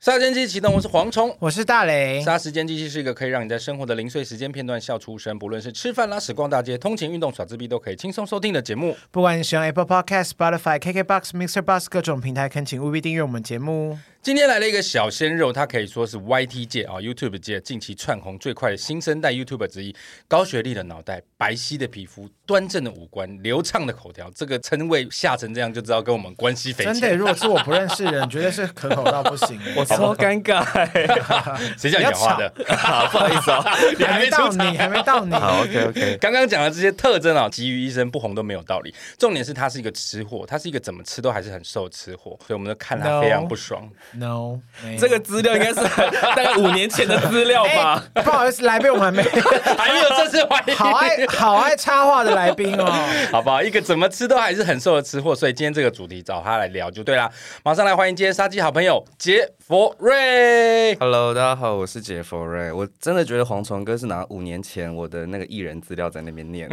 杀时间机器启动，我是蝗虫。我是大雷，啊杀时间机器是一个可以让你在生活的零碎时间片段笑出声，不论是吃饭、拉屎、逛大街、通勤、运动、耍自闭，都可以轻松收听的节目。不管你使用 Apple Podcast、Spotify、KKBox、Mixer Box 各种平台，恳请务必订阅我们节目。今天来了一个小鲜肉，他可以说是 YT 界啊、YouTube 界近期窜红最快的新生代 YouTuber 之一。高学历的脑袋，白皙的皮肤，端正的五官，流畅的口条，这个称谓下成这样，就知道跟我们关系匪真浅。的，如果是我不认识的人，绝对是可口到不行。 我超尴尬、欸，谁叫你讲话的？ 好不好意思啊、哦你还还没没出到场 你，还没到你。好，OK OK， 刚刚讲的这些特征啊，急于一生不红都没有道理。重点是他是一个吃货，他是一个怎么吃都还是很瘦的吃货，所以我们都看他 No 非常不爽。 No，没有这个资料应该是 大概五年前的资料 吧。哎不好意思，来宾我们 还没。哎还没有正式怀疑，好啊爱好爱插话的来 宾哦，好不好？一个怎么吃都还是很瘦的吃货，所以今天这个主题找他来聊就对啦。马上来欢迎今天杀鸡好朋友杰佛瑞。 Hello，大家好，我是杰佛瑞。我真的觉得蝗虫哥是拿五年前我的那个艺人资料在那边念，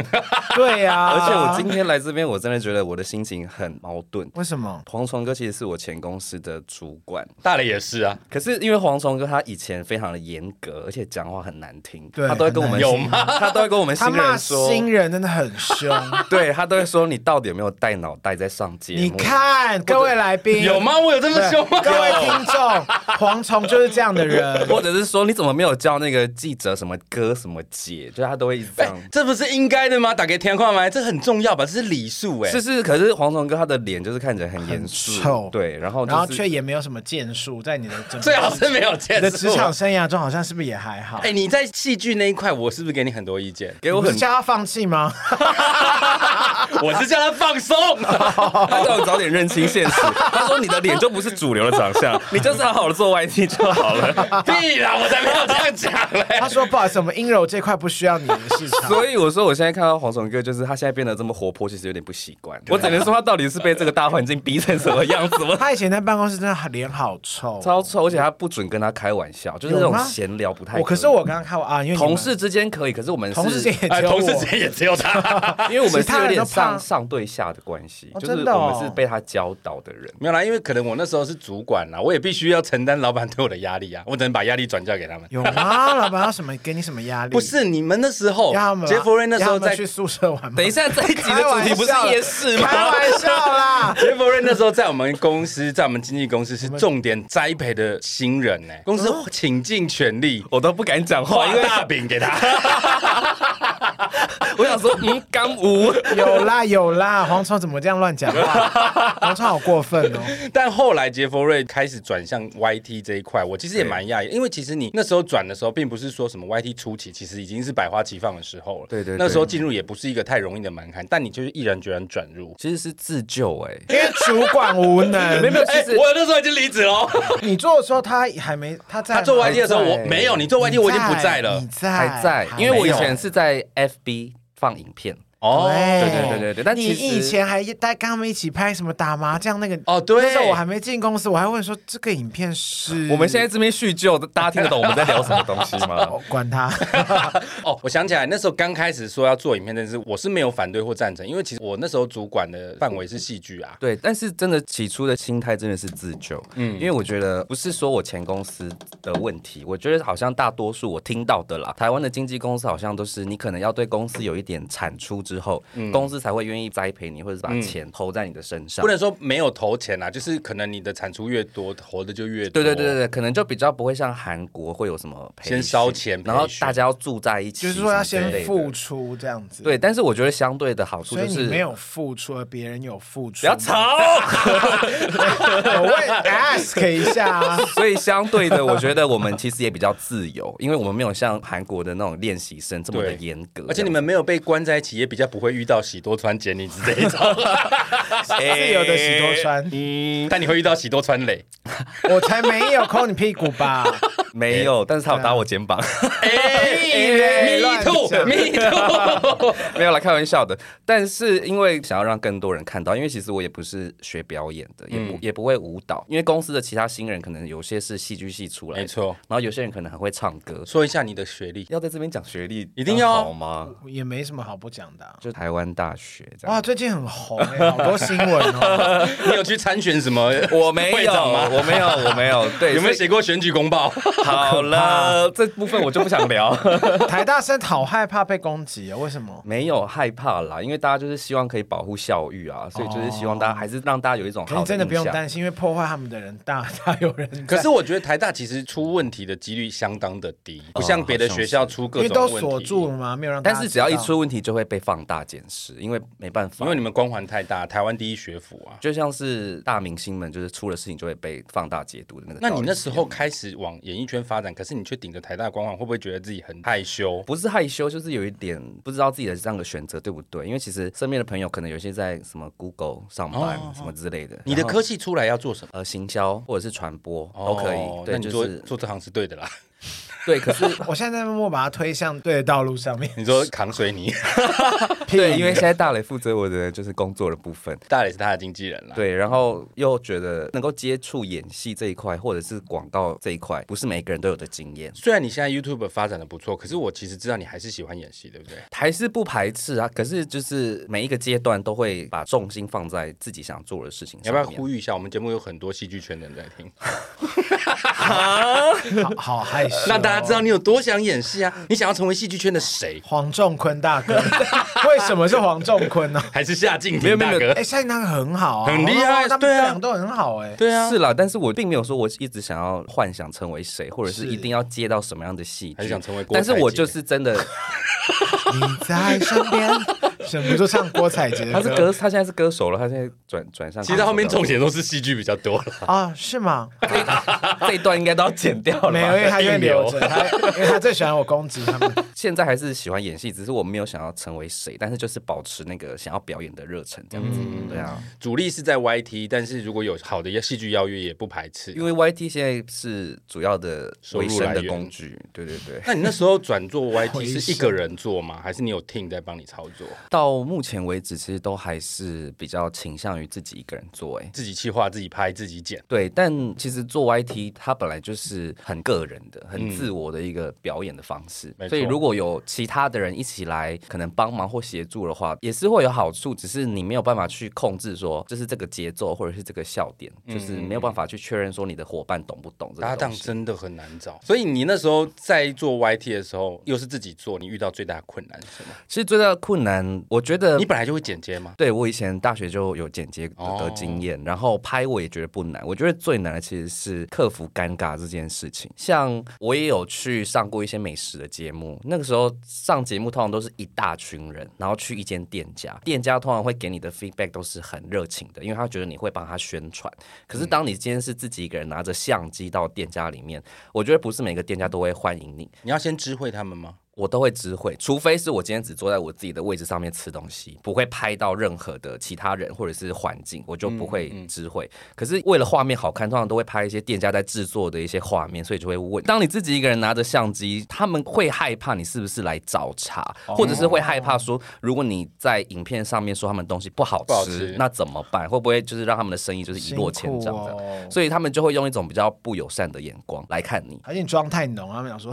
对啊呀、而且我今天来这边，我真的觉得我的心情很矛盾。为什么？蝗虫哥其实是我前公司的主管，大雷也是啊，可是因为蝗虫哥他以前非常的严格，而且讲话很难听，对他都会跟我们很难新听有他都会跟我 们他新骂人说，新人真的很 凶。对他都会说你到底有没有带脑袋在上节目？你看，各位来宾有？吗？我有这么对凶吗？各位听众， 蝗虫就是这样的人。或者是说你怎么没有教那个记者什么哥什么姐，就是他都会一直这哎、样。 这不是应该的吗？打给天矿吗？这很重要吧？这是礼数哎、是是，可是黄虫哥他的脸就是看起来很严肃，很臭对，然哦后、就是、然后却也没有什么建树，在你的整个最好是没有你见的职哦场生涯中，好像是不是也还好？哎、你在戏剧那一块，我是不是给你很多意 见？给我你不很是叫他放弃吗？我是叫他放 松。他叫我早点认清现实。他说你的脸就不是主流的长 相，你就是好好的做 YT 就好了。屁啦，我才没有这样讲嘞。他说不好意思，我们阴柔这块不需要你的市场。哎所以我说，我现在看到黄虫哥，就是他现在变得这么活泼，其实有点不习惯。啊我只能说，他到底是被这个大环境逼成什么样 子？我他以前在办公室真的脸好臭，超臭，而且他不准跟他开玩笑，就是那有种吗闲聊不太以。我可是我刚刚看过啊，因为你们同事之间可以，可是我们是同事间 也哎，只有同事之我。间也只有他。因为我其们是他人都怕有点上上对下的关系，哦就是真的哦我们是被他教导的人。 没有啦，因为可能我那时候是主管啊啦，我也必须要承担老板对我的压力啊，我只能把压力转嫁给他们。有吗？老板要什么给你什么压力？不，是你们那时候让他们，杰弗瑞那时候让他在，们去宿舍玩吗。 等一下，这一集的主题不是夜市吗？开玩笑啦杰弗瑞那时候在我们公司，在我们经纪公司是重点栽培的新人呢、公司倾尽全力我都不敢讲话，画因为大饼给他。我想说，嗯，刚无。有啦有啦，蝗虫怎么这样乱讲话？蝗虫好过分哦！但后来杰弗瑞开始转向 YT 这一块，我其实也蛮讶异，因为其实你那时候转的时候，并不是说什么 YT 初期，其实已经是百花齐放的时候了。对对对那时候进入也不是一个太容易的门槛，但你就是毅然决然转入。 其实是自救哎、因为主管无能，没有没有，其哎、实、我那时候已经离职了。你做的时候，他还没他在吗，他做 YT 的时候，我还在没有你做 YT，我已经不在了你。在，还在，因为我以前是在 FB 放影片，哦，对对对对对对但你其实以前还带跟他们一起拍什么打麻将那个哦对那时候我还没进公司，我还问说这个影片是嗯我们现在这边叙旧，大家听得懂我们在聊什么东西吗哦？管他，哦，我想起来，那时候刚开始说要做影片这件事，我是没有反对或赞成，因为其实我那时候主管的范围是戏剧啊。 对，但是真的起初的心态真的是自救，嗯，因为我觉得不是说我前公司的问题，我觉得好像大多数我听到的啦，台湾的经纪公司好像都是你可能要对公司有一点产出之后，公司才会愿意栽培你，或者是把钱投在你的身上不。能说没有投钱啊，就是可能你的产出越多，投的就越多。对对对对对，可能就比较不会像韩国会有什么培先训烧钱然后培训大家要住在一起，就是说要先付出。出这样子，对，，但是我觉得相对的好处所就以是你没有付出，而别人有付出，不要吵。我问 ask 一下啊，所以相对的，我觉得我们其实也比较自由，因为我们没有像韩国的那种练习生这么的对严格。而且你们没有被关在一起，也比较不会遇到喜多川杰尼斯这一 种，自由的喜多川，哎 但你会遇到喜多川磊。我才没有抠你屁股吧？没有，但是他有打我肩膀，哎，me 乱 too，me too，没有啦，开玩笑的。但是因为想要让更多人看到，因为其实我也不是学表演的，也不、嗯也不会舞蹈，因为公司的其他新人可能有些是戏剧系出来没的，错。然后有些人可能还会唱歌。说一下你的学历，要在这边讲学历，一定要啊好吗？也没什么好不讲的啊、就台湾大学这样。哇，最近很红、欸，好 多新闻哦。你有去参选什么？ 我没会有，长吗我没有，我 没有。对，有没有所写过选举公报？以？好了，这部分我就不想 聊。台大生好害怕被攻击啊、为什么？没有害怕啦，因为大家就是希望可以保护校誉啊，所以就是希哦望大家还是让大家有一种可好是真的不用印象担心，因为破坏他们的人大 大有人在。可是我觉得台大其实出问题的几率相当的低，不哦像别的学校出各因为种都问题。锁住了嘛，没有让大家但知道。是只要一出问题就会被放大检视，因为没办法因为。你们光环太大，台湾第一学府啊。就像是大明星们，就是出了事情就会被放大解读的那个道那理。你那时候开始往演艺圈发展，可是你却顶着台大光环，会不会觉得自己很害羞？不是害羞，就是有一点不知道自己的这样的选择对不对？因为其实身边的朋友可能有些在什么 Google 上班、什么之类的。哦你的然后科系出来要做什么？呃行销或者是传播都可哦以，那对，你就做是做这行是对的啦。 对。可是我现在在默默把它推向对的道路上 面。你说扛水泥，啊对，因为现在大磊负责我的就是工作的部分，大磊是他的经纪人啦。对，然后又觉得能够接触演戏这一块，或者是广告这一块，不是每个人都有的经验，虽然你现在 YouTube 发展的不错，可是我其实知道你还是喜欢演戏，对不对？还是不排斥啊。可是就是每一个阶段都会把重心放在自己想做的事情你要上不要面。呼吁一下？我们节目有很多戏剧圈的人在 听，好好害羞、哦。让大家知道你有多想演戏啊！你 想要成为戏剧圈的谁？ 黄仲坤大哥， 为什么是黄仲坤呢、还是夏静没婷有没大有没有哥哎、？夏琳那个很好啊，很厉害黄仲坤他们对啊这两个都很好哎、对啊，是啦，但是我并没有说我一直想要幻想成为谁，或者是是一定要接到什么样的戏还是剧想成为郭但是采我洁就是真 的，你在身边，忍不住唱郭采洁的 他是歌，他现在是歌手了，他现在转转上歌手其了。实后面重点都是戏剧比较多了。啊？是吗？ 这一段应该都要剪掉了吧，没有，因为他愿意硬留留着，他因为他最喜欢我攻击他们。现在还是喜欢演戏，只是我没有想要成为谁，但是就是保持那个想要表演的热忱这样子。嗯对啊， 主力是在 YT，但是如果有好的戏剧邀约也不排斥因。为 YT 现在是主要的收入维生来的源工具。对对对，那你那时候转做 回 YT 声是一个人做吗？还是你有 team 在帮你操作？到目前为止，其实都还是比较倾向于自己一个人做、哎。自己企划、自己拍、自己剪，对，但其实做 YT 它本来就是很个人的、很自我的一个表演的方式，嗯没错所以如果有其他的人一起来，可能帮忙或协助的话，也是会有好处。只是你没有办法去控制说，就是这个节奏或者是这个笑点，就是没有办法去确认说你的伙伴懂不懂这嗯搭个档东西。真的很难找。所以你那时候在做 YT 的时候，又是自己做，你遇到最大的困难是什么？其实最大的困难，我觉得你本来就会剪接吗？对我以前大学就有剪接的哦的经验，然后拍我也觉得不难。我觉得最难的其实是克服尴尬这件事情。像我也有去上过一些美食的节目，那个时候上节目通常都是一大群人，然后去一间店家，店家通常会给你的 feedback 都是很热情的，因为他觉得你会帮他宣传。可是当你今天是自己一个人拿着相机到店家里面，我觉得不是每个店家都会欢迎你。你要先知会他们 吗？我都会知会，除非是我今天只坐在我自己的位置上面吃东西，不会拍到任何的其他人或者是环境，我就不会知会。可是为了画面好看，通常都会拍一些店家在制作的一些画面，所以就会问。当你自己一个人拿着相机，他们会害怕你是不是来找茬，或者是会害怕说，如果你在影片上面说他们东西不好不好吃，吃那怎么办？会不会就是让他们的生意就是一落千丈这辛样？苦哦所以他们就会用一种比较不友善的眼光来看你。而且你妆太浓，他们想说，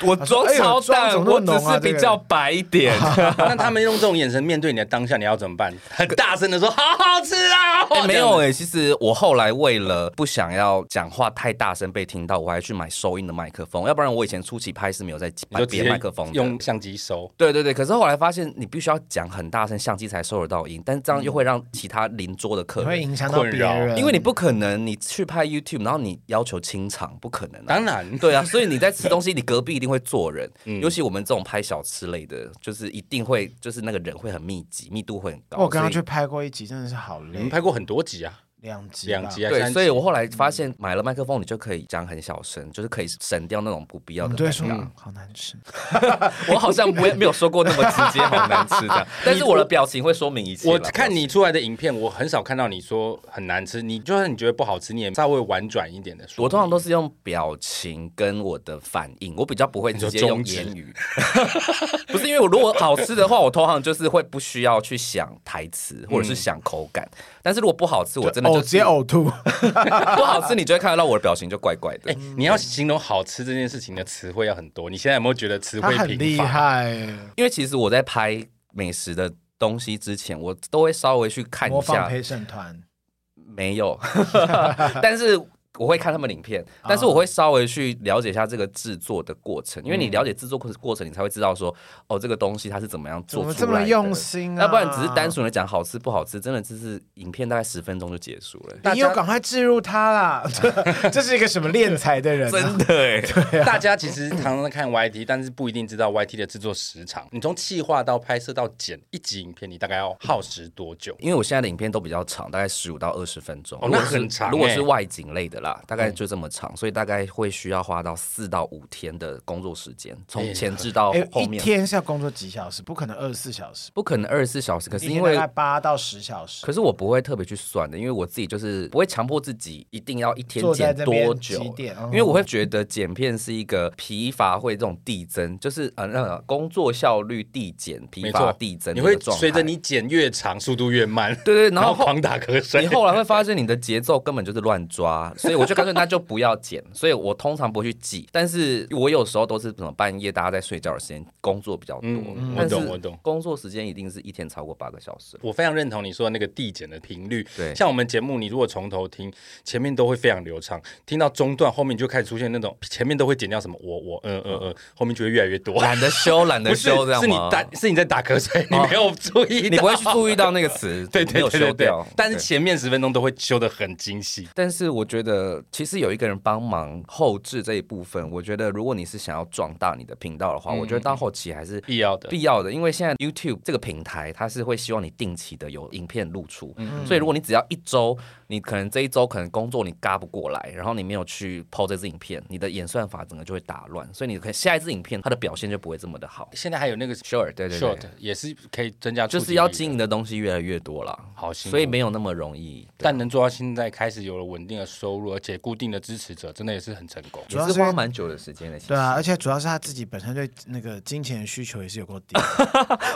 我说妆哎呦超妆淡，怎么我那么只浓啊是这个比较白一点。那他们用这种眼神面对你的当下，你要怎么办？ 很大声的说：“好好吃啊！” 哎没有这样子哎、其实我后来为了不想要讲话太大声被听到，我还去买收音的麦克风，要不然我以前初期拍是没有在你就直别接麦克风的。用相机收。对对对，可是后来发现你必须要讲很大声，相机才收得到音，但是这样又会让其他邻桌的客你会人，影响到别困人，因为你不可能你去拍 YouTube，然后你要求清场，不可能、啊。当然， 对啊，所以你 在吃东西，你隔壁一定会坐人，嗯尤其我们这种拍小吃类的，就是一定会，就是那个人会很密集，密度会很高。哦我刚刚所去拍过一集，真的是好我们累。拍过很多集啊，两集吧，两集啊，对，三集所以我后来发现买了麦克风，你就可以讲很小声，就是可以省掉那种不必要我的们尴都会说尬。嗯好难吃。我好像不会没有说过那么直接，好难 吃的，但是我的表情会说明一切啦。我看你出来的影片，我很少看到你说很难吃，你就算你觉得不好吃，你也稍微婉转一点的说。我通常都是用表情跟我的反应，我比较不会直接用你说言中语。 不是因为我如果好吃的话，我通常就是会不需要去想台词或者是想口感。但是如果不好吃，我真的呕就哦直接是呕吐，不好吃，你就会看得到我的表情就怪怪哎、的。你要形容好吃这件事情的词汇要很多。你现在有没有觉得词他汇很贫厉乏？害，因为其实我在拍美食的东西之前，我都会稍微去看一模仿下，陪审团。没有，但是。我会看他们的影片，啊但是我会稍微去了解一下这个制作的过程，因为嗯你了解制作过过程，你才会知道说，哦，这个东西它是怎么样怎做出么来的。这么用心啊？要不然只是单，纯的讲好吃不好吃，真的就是影片大概十分钟就结 束了。你有赶快置入他啦！ 这这是一个什么敛财的人、啊？真的哎，大家其实常常看 YT，但是不一定知道 YT 的制作时长。你从企划到拍摄到剪一集影片，你大概要耗时多久？ 因为我现在的影片都比较长，大概十五到二十分钟。哦如果那很是长如果欸是外景类的啦，大概就这么长，所以大概会需要花到四到五天的工作时间，从前置到哎、后一面。天是要工作几小时？不可能二十四小时，不可能二十四小时，可是一因天大为概八到十小时。可是我不会特别去算的，因为我自己就是不会强迫自己一定要一天坐在剪这边多久啊几，点嗯因为我会觉得剪片是一个疲乏会这种递增，就是呃那个工作效率递减、疲没乏错，递增的你一个会状态，随着你剪越长，速度越慢，对对，然然后后后。狂打瞌睡你。后来会发现你的节奏根本就是乱抓，所以我就干脆那就不要剪，所以我通常不会去记。但是我有时候都是什么半夜大家在睡觉的时间工作比较多，嗯但我懂是我懂工作时间一定是一天超过八个小时。 我非常认同你说的那个递减的频率。对像我们节目，你如果从头听，前面都会非常流畅，听到中段，后面就开始出现那种前面都会减掉什么我我呃呃呃，后面就会越来越 多。懒得修，懒不得是修，这，样是你吗哦打是你在打瞌睡，你没有注意你到。不会去注意到那个 词，对没对有对修对对掉。，但是对前面十分钟都会修的很精细。但是我觉得，其实有一个人帮忙后置这一部分，我觉得如果你是想要壮大你的频道的话，我觉得到后期还是必要的必嗯要的，因为现在 YouTube 这个平台，它是会希望你定期的有影片露出，所以如果你只要一周，你可能这一周可能工作你嘎不过来，然后你没有去 PO 这支影片，你的演算法整个就会打乱，所以你可能下一支影片它的表现就不会这么的好。现在还有那个 Sure，对对 short 对，也是可以增加触及就率的，是要经营的东西越来越多了，好辛苦所以没有那么容易。对但能做到现在开始有了稳定的收入，而且固定的支持者，真的也是很成功。主要也是是花蛮久的时间的。其实对啊，而且主要是他自己本身对那个金钱的需求也是有够低。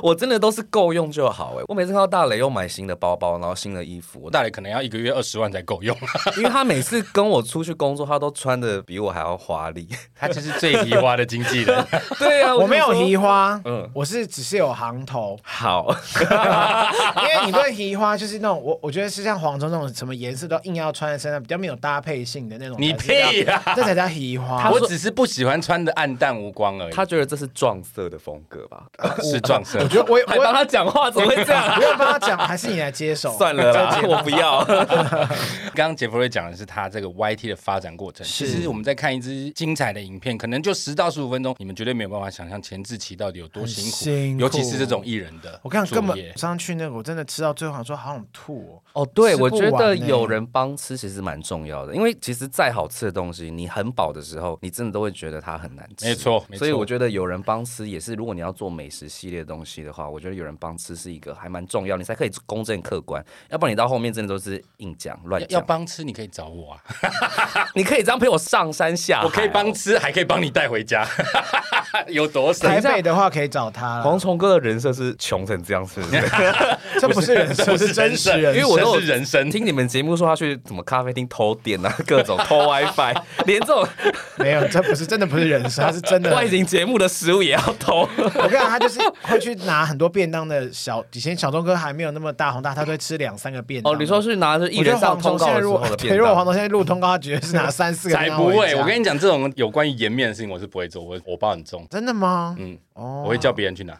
我真的都是够用就好哎、我每次看到大雷又买新的包包，然后新的衣服，我 我大概可能要一个月二十万才够用。因为他每次跟我出去工作，他都穿的比我还要华丽。 他就是最提花的经纪 人，对啊，我没有移花，嗯，我是只是有行头好，因为你对移花就是那种我我觉得是像黄忠那种什么颜色都硬要穿在身上，比较没有搭配性的那种才你是叫。屁呀、这才叫移花。我只是不喜欢穿的暗淡无光而已。他觉得这是撞色的风格吧？是撞我色，觉得我还我帮他讲话，怎么会这样？不用帮他讲，还是你来 接手。 算了啦，我不要。刚刚杰弗瑞讲的是他这个 YT 的发展过程。其是实我们在看一支精彩的影片，可能就十到十五分钟，你们绝对没有办法想象前置期到底有多辛苦，很辛苦尤其是这种艺人的我看作根本业我上去那个，我真的吃到最后，想说好想吐哦。哦，对，吃不我觉得完欸有人帮吃其实蛮重要的，因为其实再好吃的东西，你很饱的时候，你真的都会觉得它很难吃。没错没错所以我觉得有人帮吃也是，如果你要做美食系列的东西的话，我觉得有人帮吃是一个还蛮重要，你才可以公正客观，要不然你到后面真的都是硬讲乱要要讲。帮吃，你可以找我啊， 你可以这样陪我上山下海哦、我可以帮吃，还可以帮你带回家， 有多省台？北的话可以找他蝗了，虫哥的人设是穷成这样，是不是？这不 是人生，不是是真实人因生。为我都有这是人生 听你们节目说他去什么咖啡厅偷电啊，各种偷 WiFi，连 这种没有，这不是真的，不是人生，他是真的。外景节目的食物也要偷。我跟你讲，他就是会去拿很多便当的小，以前小东哥还没有那么大红大，他都会吃两三个便当。哦，你说是拿着艺我觉人得上黄通忠现在告的时如果候 的对，便如果当黄忠现在录通告，他绝对是拿三四个啊便才当不回家。会！我跟你讲，这种有关于颜面的事情，我是不会做，我我包很重， 真的吗？嗯哦我会叫别人去拿。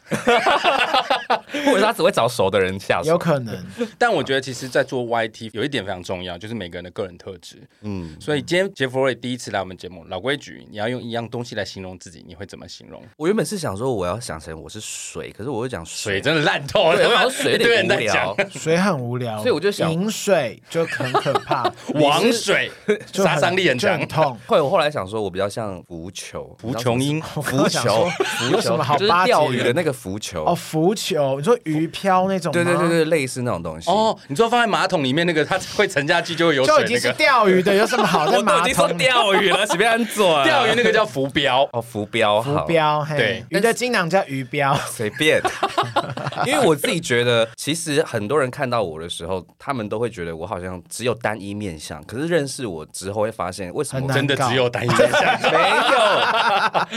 或者他只会找熟的人下有手。可能，但我觉得，其实，在做 YT 有一点非常重要，就是每个人的个人特质。嗯，所以今天杰弗瑞第一次来我们节目，老规矩，你要用一样东西来形容自己，你会怎么形容？我原本是想说我要想成我是水，可是我又讲水真的烂透对，了，我想说水有一堆点人无在讲聊。水很无聊，所以我就想饮水就很可怕， 王水 就很杀伤力很就强很。痛。后来我后来想说，我比较像浮球，蒲琼英，我刚浮刚想球说，浮有什球么好就是巴结钓鱼的人那个浮球哦，，浮球，你说鱼漂那种吗？对对对对，类似那种东西。哦，你说放在马桶里面那个，它会沉下去就会有就水已经那是个。钓鱼的，有什么 好在我都马已经说桶里钓鱼了，随便按做钓鱼那个叫浮标， 哦，浮标，浮好，标？嘿对，鱼的精囊叫鱼标，随便。 因为我自己觉得，其实很多人看到我的时候，他们都会觉得我好像只有单一面相。可是认识我之后，会发现为什么很我难真的只有单一 面相。没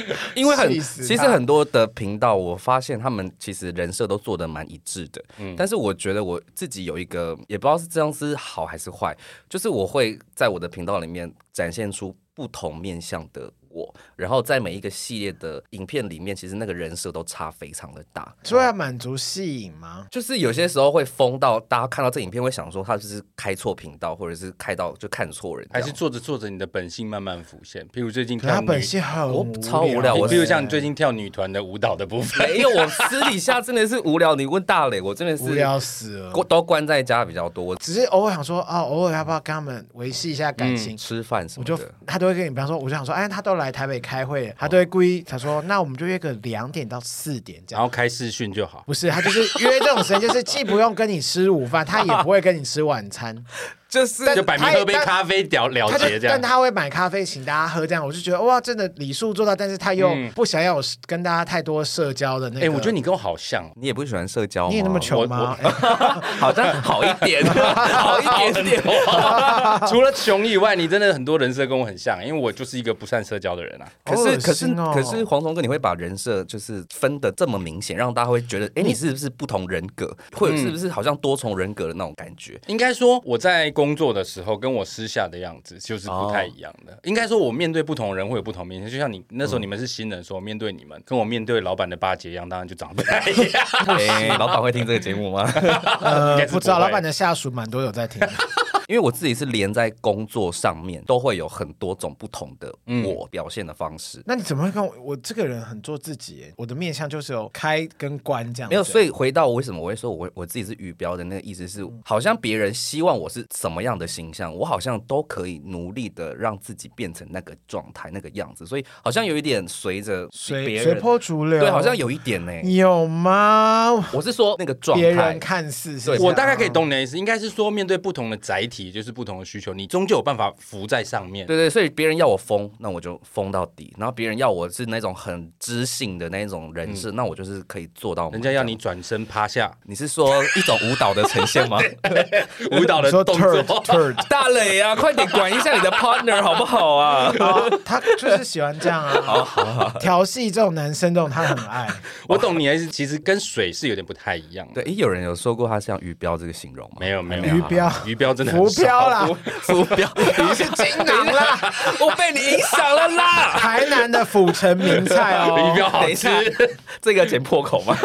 有，因为很气死他其实很多的频道，我发现他们其实人设都做的蛮一致的。嗯但是我觉得我自己有一个，也不知道是这样是好还是坏，就是我会在我的频道里面展现出不同面向的。我，然后在每一个系列的影片里面，其实那个人设都差非常的大，所以要满足吸引吗？就是有些时候会疯到大家看到这影片会想说他就是开错频道，或者是开到就看错人这还样，是做着做着，你的本性慢慢浮现。譬如最近可他跳本女，性很我超无聊啊我譬比如像你最近跳女团的舞蹈的部分，没有，我私底下真的是无聊。你问大磊，我真的是无聊死了，关都关在家比较多，我只是偶尔想说，哦，偶尔要不要跟他们维系一下感情？吃饭什我么就的。他都会跟你，比方说，我就想说，哎，他都来台北开会了，他都会故意，他说，那我们就约个两点到四点这然 样。后开视讯就好。不是，他就是约这种时间，就是既不用跟你吃午饭，他也不会跟你吃晚餐，就是但就摆明喝杯他咖啡了了他就结这样但。他会买咖啡请大家喝，这样我就觉得哇，真的礼数做到，但是他又不想要有跟大家太多社交的那个。哎，我觉得你跟我好像哦，你也不喜欢社交吗？你也那么穷吗？好像好一 点，好一点点。哦除了穷以外，你真的很多人设跟我很像，因为我就是一个不善社交的人啊。可好恶是可是心哦可是黄总哥，你会把人设就是分的这么明显，让大家会觉得，哎，嗯你是不是不同人格，或者是不是好像多重人格的那种感觉？应该说我在工作的时候跟我私下的样子就是不太一样的。哦应该说我面对不同人会有不同面相，就像你那时候你们是新人的时候，面对你们跟我面对老板的巴结一样，当然就长得不太 一样。嗯哎，老板会听这个节目吗？应 呃该，是不知道，不会老板的下属蛮多有在听的。因为我自己是连在工作上面都会有很多种不同的嗯我表现的方式。那你怎么会跟我？我这个人很做自己耶，我的面相就是有开跟关这样子。没有，所以回到我为什么我会说我我自己是鱼标的那个意思嗯是，好像别人希望我是什么样的形象，我好像都可以努力的让自己变成那个状态、那个样子，所以好像有一点随着随别随人，波哦逐流，对，好像有一点呢、有吗？我是说那个状别人态，看似是这对样，我大概可以懂你的意思，应该是说面对不同的载体，就是不同的需求，你终究有办法浮在上面。对对，所以别人要我疯，那我就疯到底；然后别人要我是那种很知性的那种人嗯士，那我就是可以做到满。人家要你转身趴 下，你是说一种舞蹈的呈现 吗？舞蹈的你说动 turd 作。 turd， 大磊啊，快点管一下你的 partner 好不好啊？好哦他就是喜欢这样啊。调戏这种男生，这种他很爱。我懂你的意思，其实跟水是有点不太一样的。对，诶有人有说过他像鱼标这个形容吗？没有没有鱼标鱼标真的很浮少标啦，浮标，不是金囊啦， 我被你影响了 啦！台南的府城名菜哦。鱼标好等一吃下。，这个剪破口吗？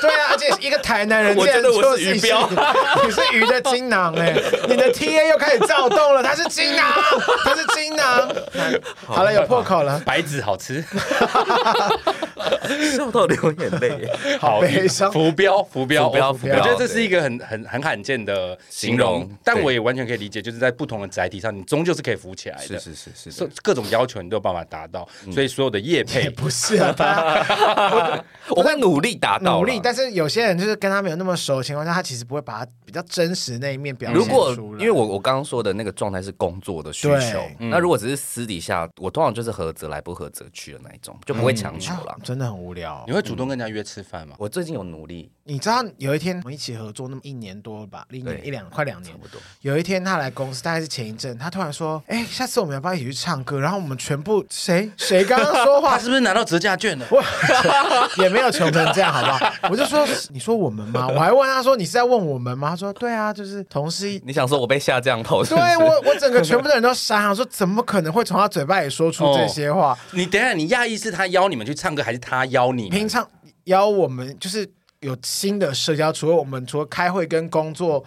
对啊，而且一个台南人，我竟然觉得我说是自己鱼标你是鱼的精囊哎、你的 TA 又开始躁动了，他是精囊，他是精囊。好了，有破口了，白子好 吃，笑到流眼 泪。好悲伤。浮标，浮标，浮标我浮标我觉得这是一个很很很罕见的形容，形容但对我也完全可以理解，就是在不同的载体上，你终究是可以浮起来的，是是是嗯所是以，各种要求你都有办法达到，所以所有的业也配不是啊，他我会努力达到啦努力，但是有些人就是跟他没有那么熟的情况下，他其实不会把他比较真实那一面表现如果出来啊因为我我刚刚说的那个状态是工作的需求对，那如果只是私底下，我通常就是合则来不合则去的那一种，就不会强求啦啊。真的很无聊你。会主动跟人家约吃饭吗？我最近有努力，你知道有一天我们一起合作那么一年多了吧，一对年一两快两年差不多。有一天他来公司，大概是前一阵，他突然说：“哎、下次我们要不要一起去唱歌？”然后我们全部谁 谁刚刚他说话。 是不是拿到折价券了？我也没有穷成这样，好不好？我就说，你说我们吗？我还问他说，你是在问我们吗？他说，对啊，就是同事一。你想说我被下降头是对不是？我，我整个全部的人都傻了，我说怎么可能会从他嘴巴里说出这些话？你等一下，你亚裔是他邀你们去唱歌，还是他邀你们？平常邀我们就是有新的社交，除了我们除了开会跟工作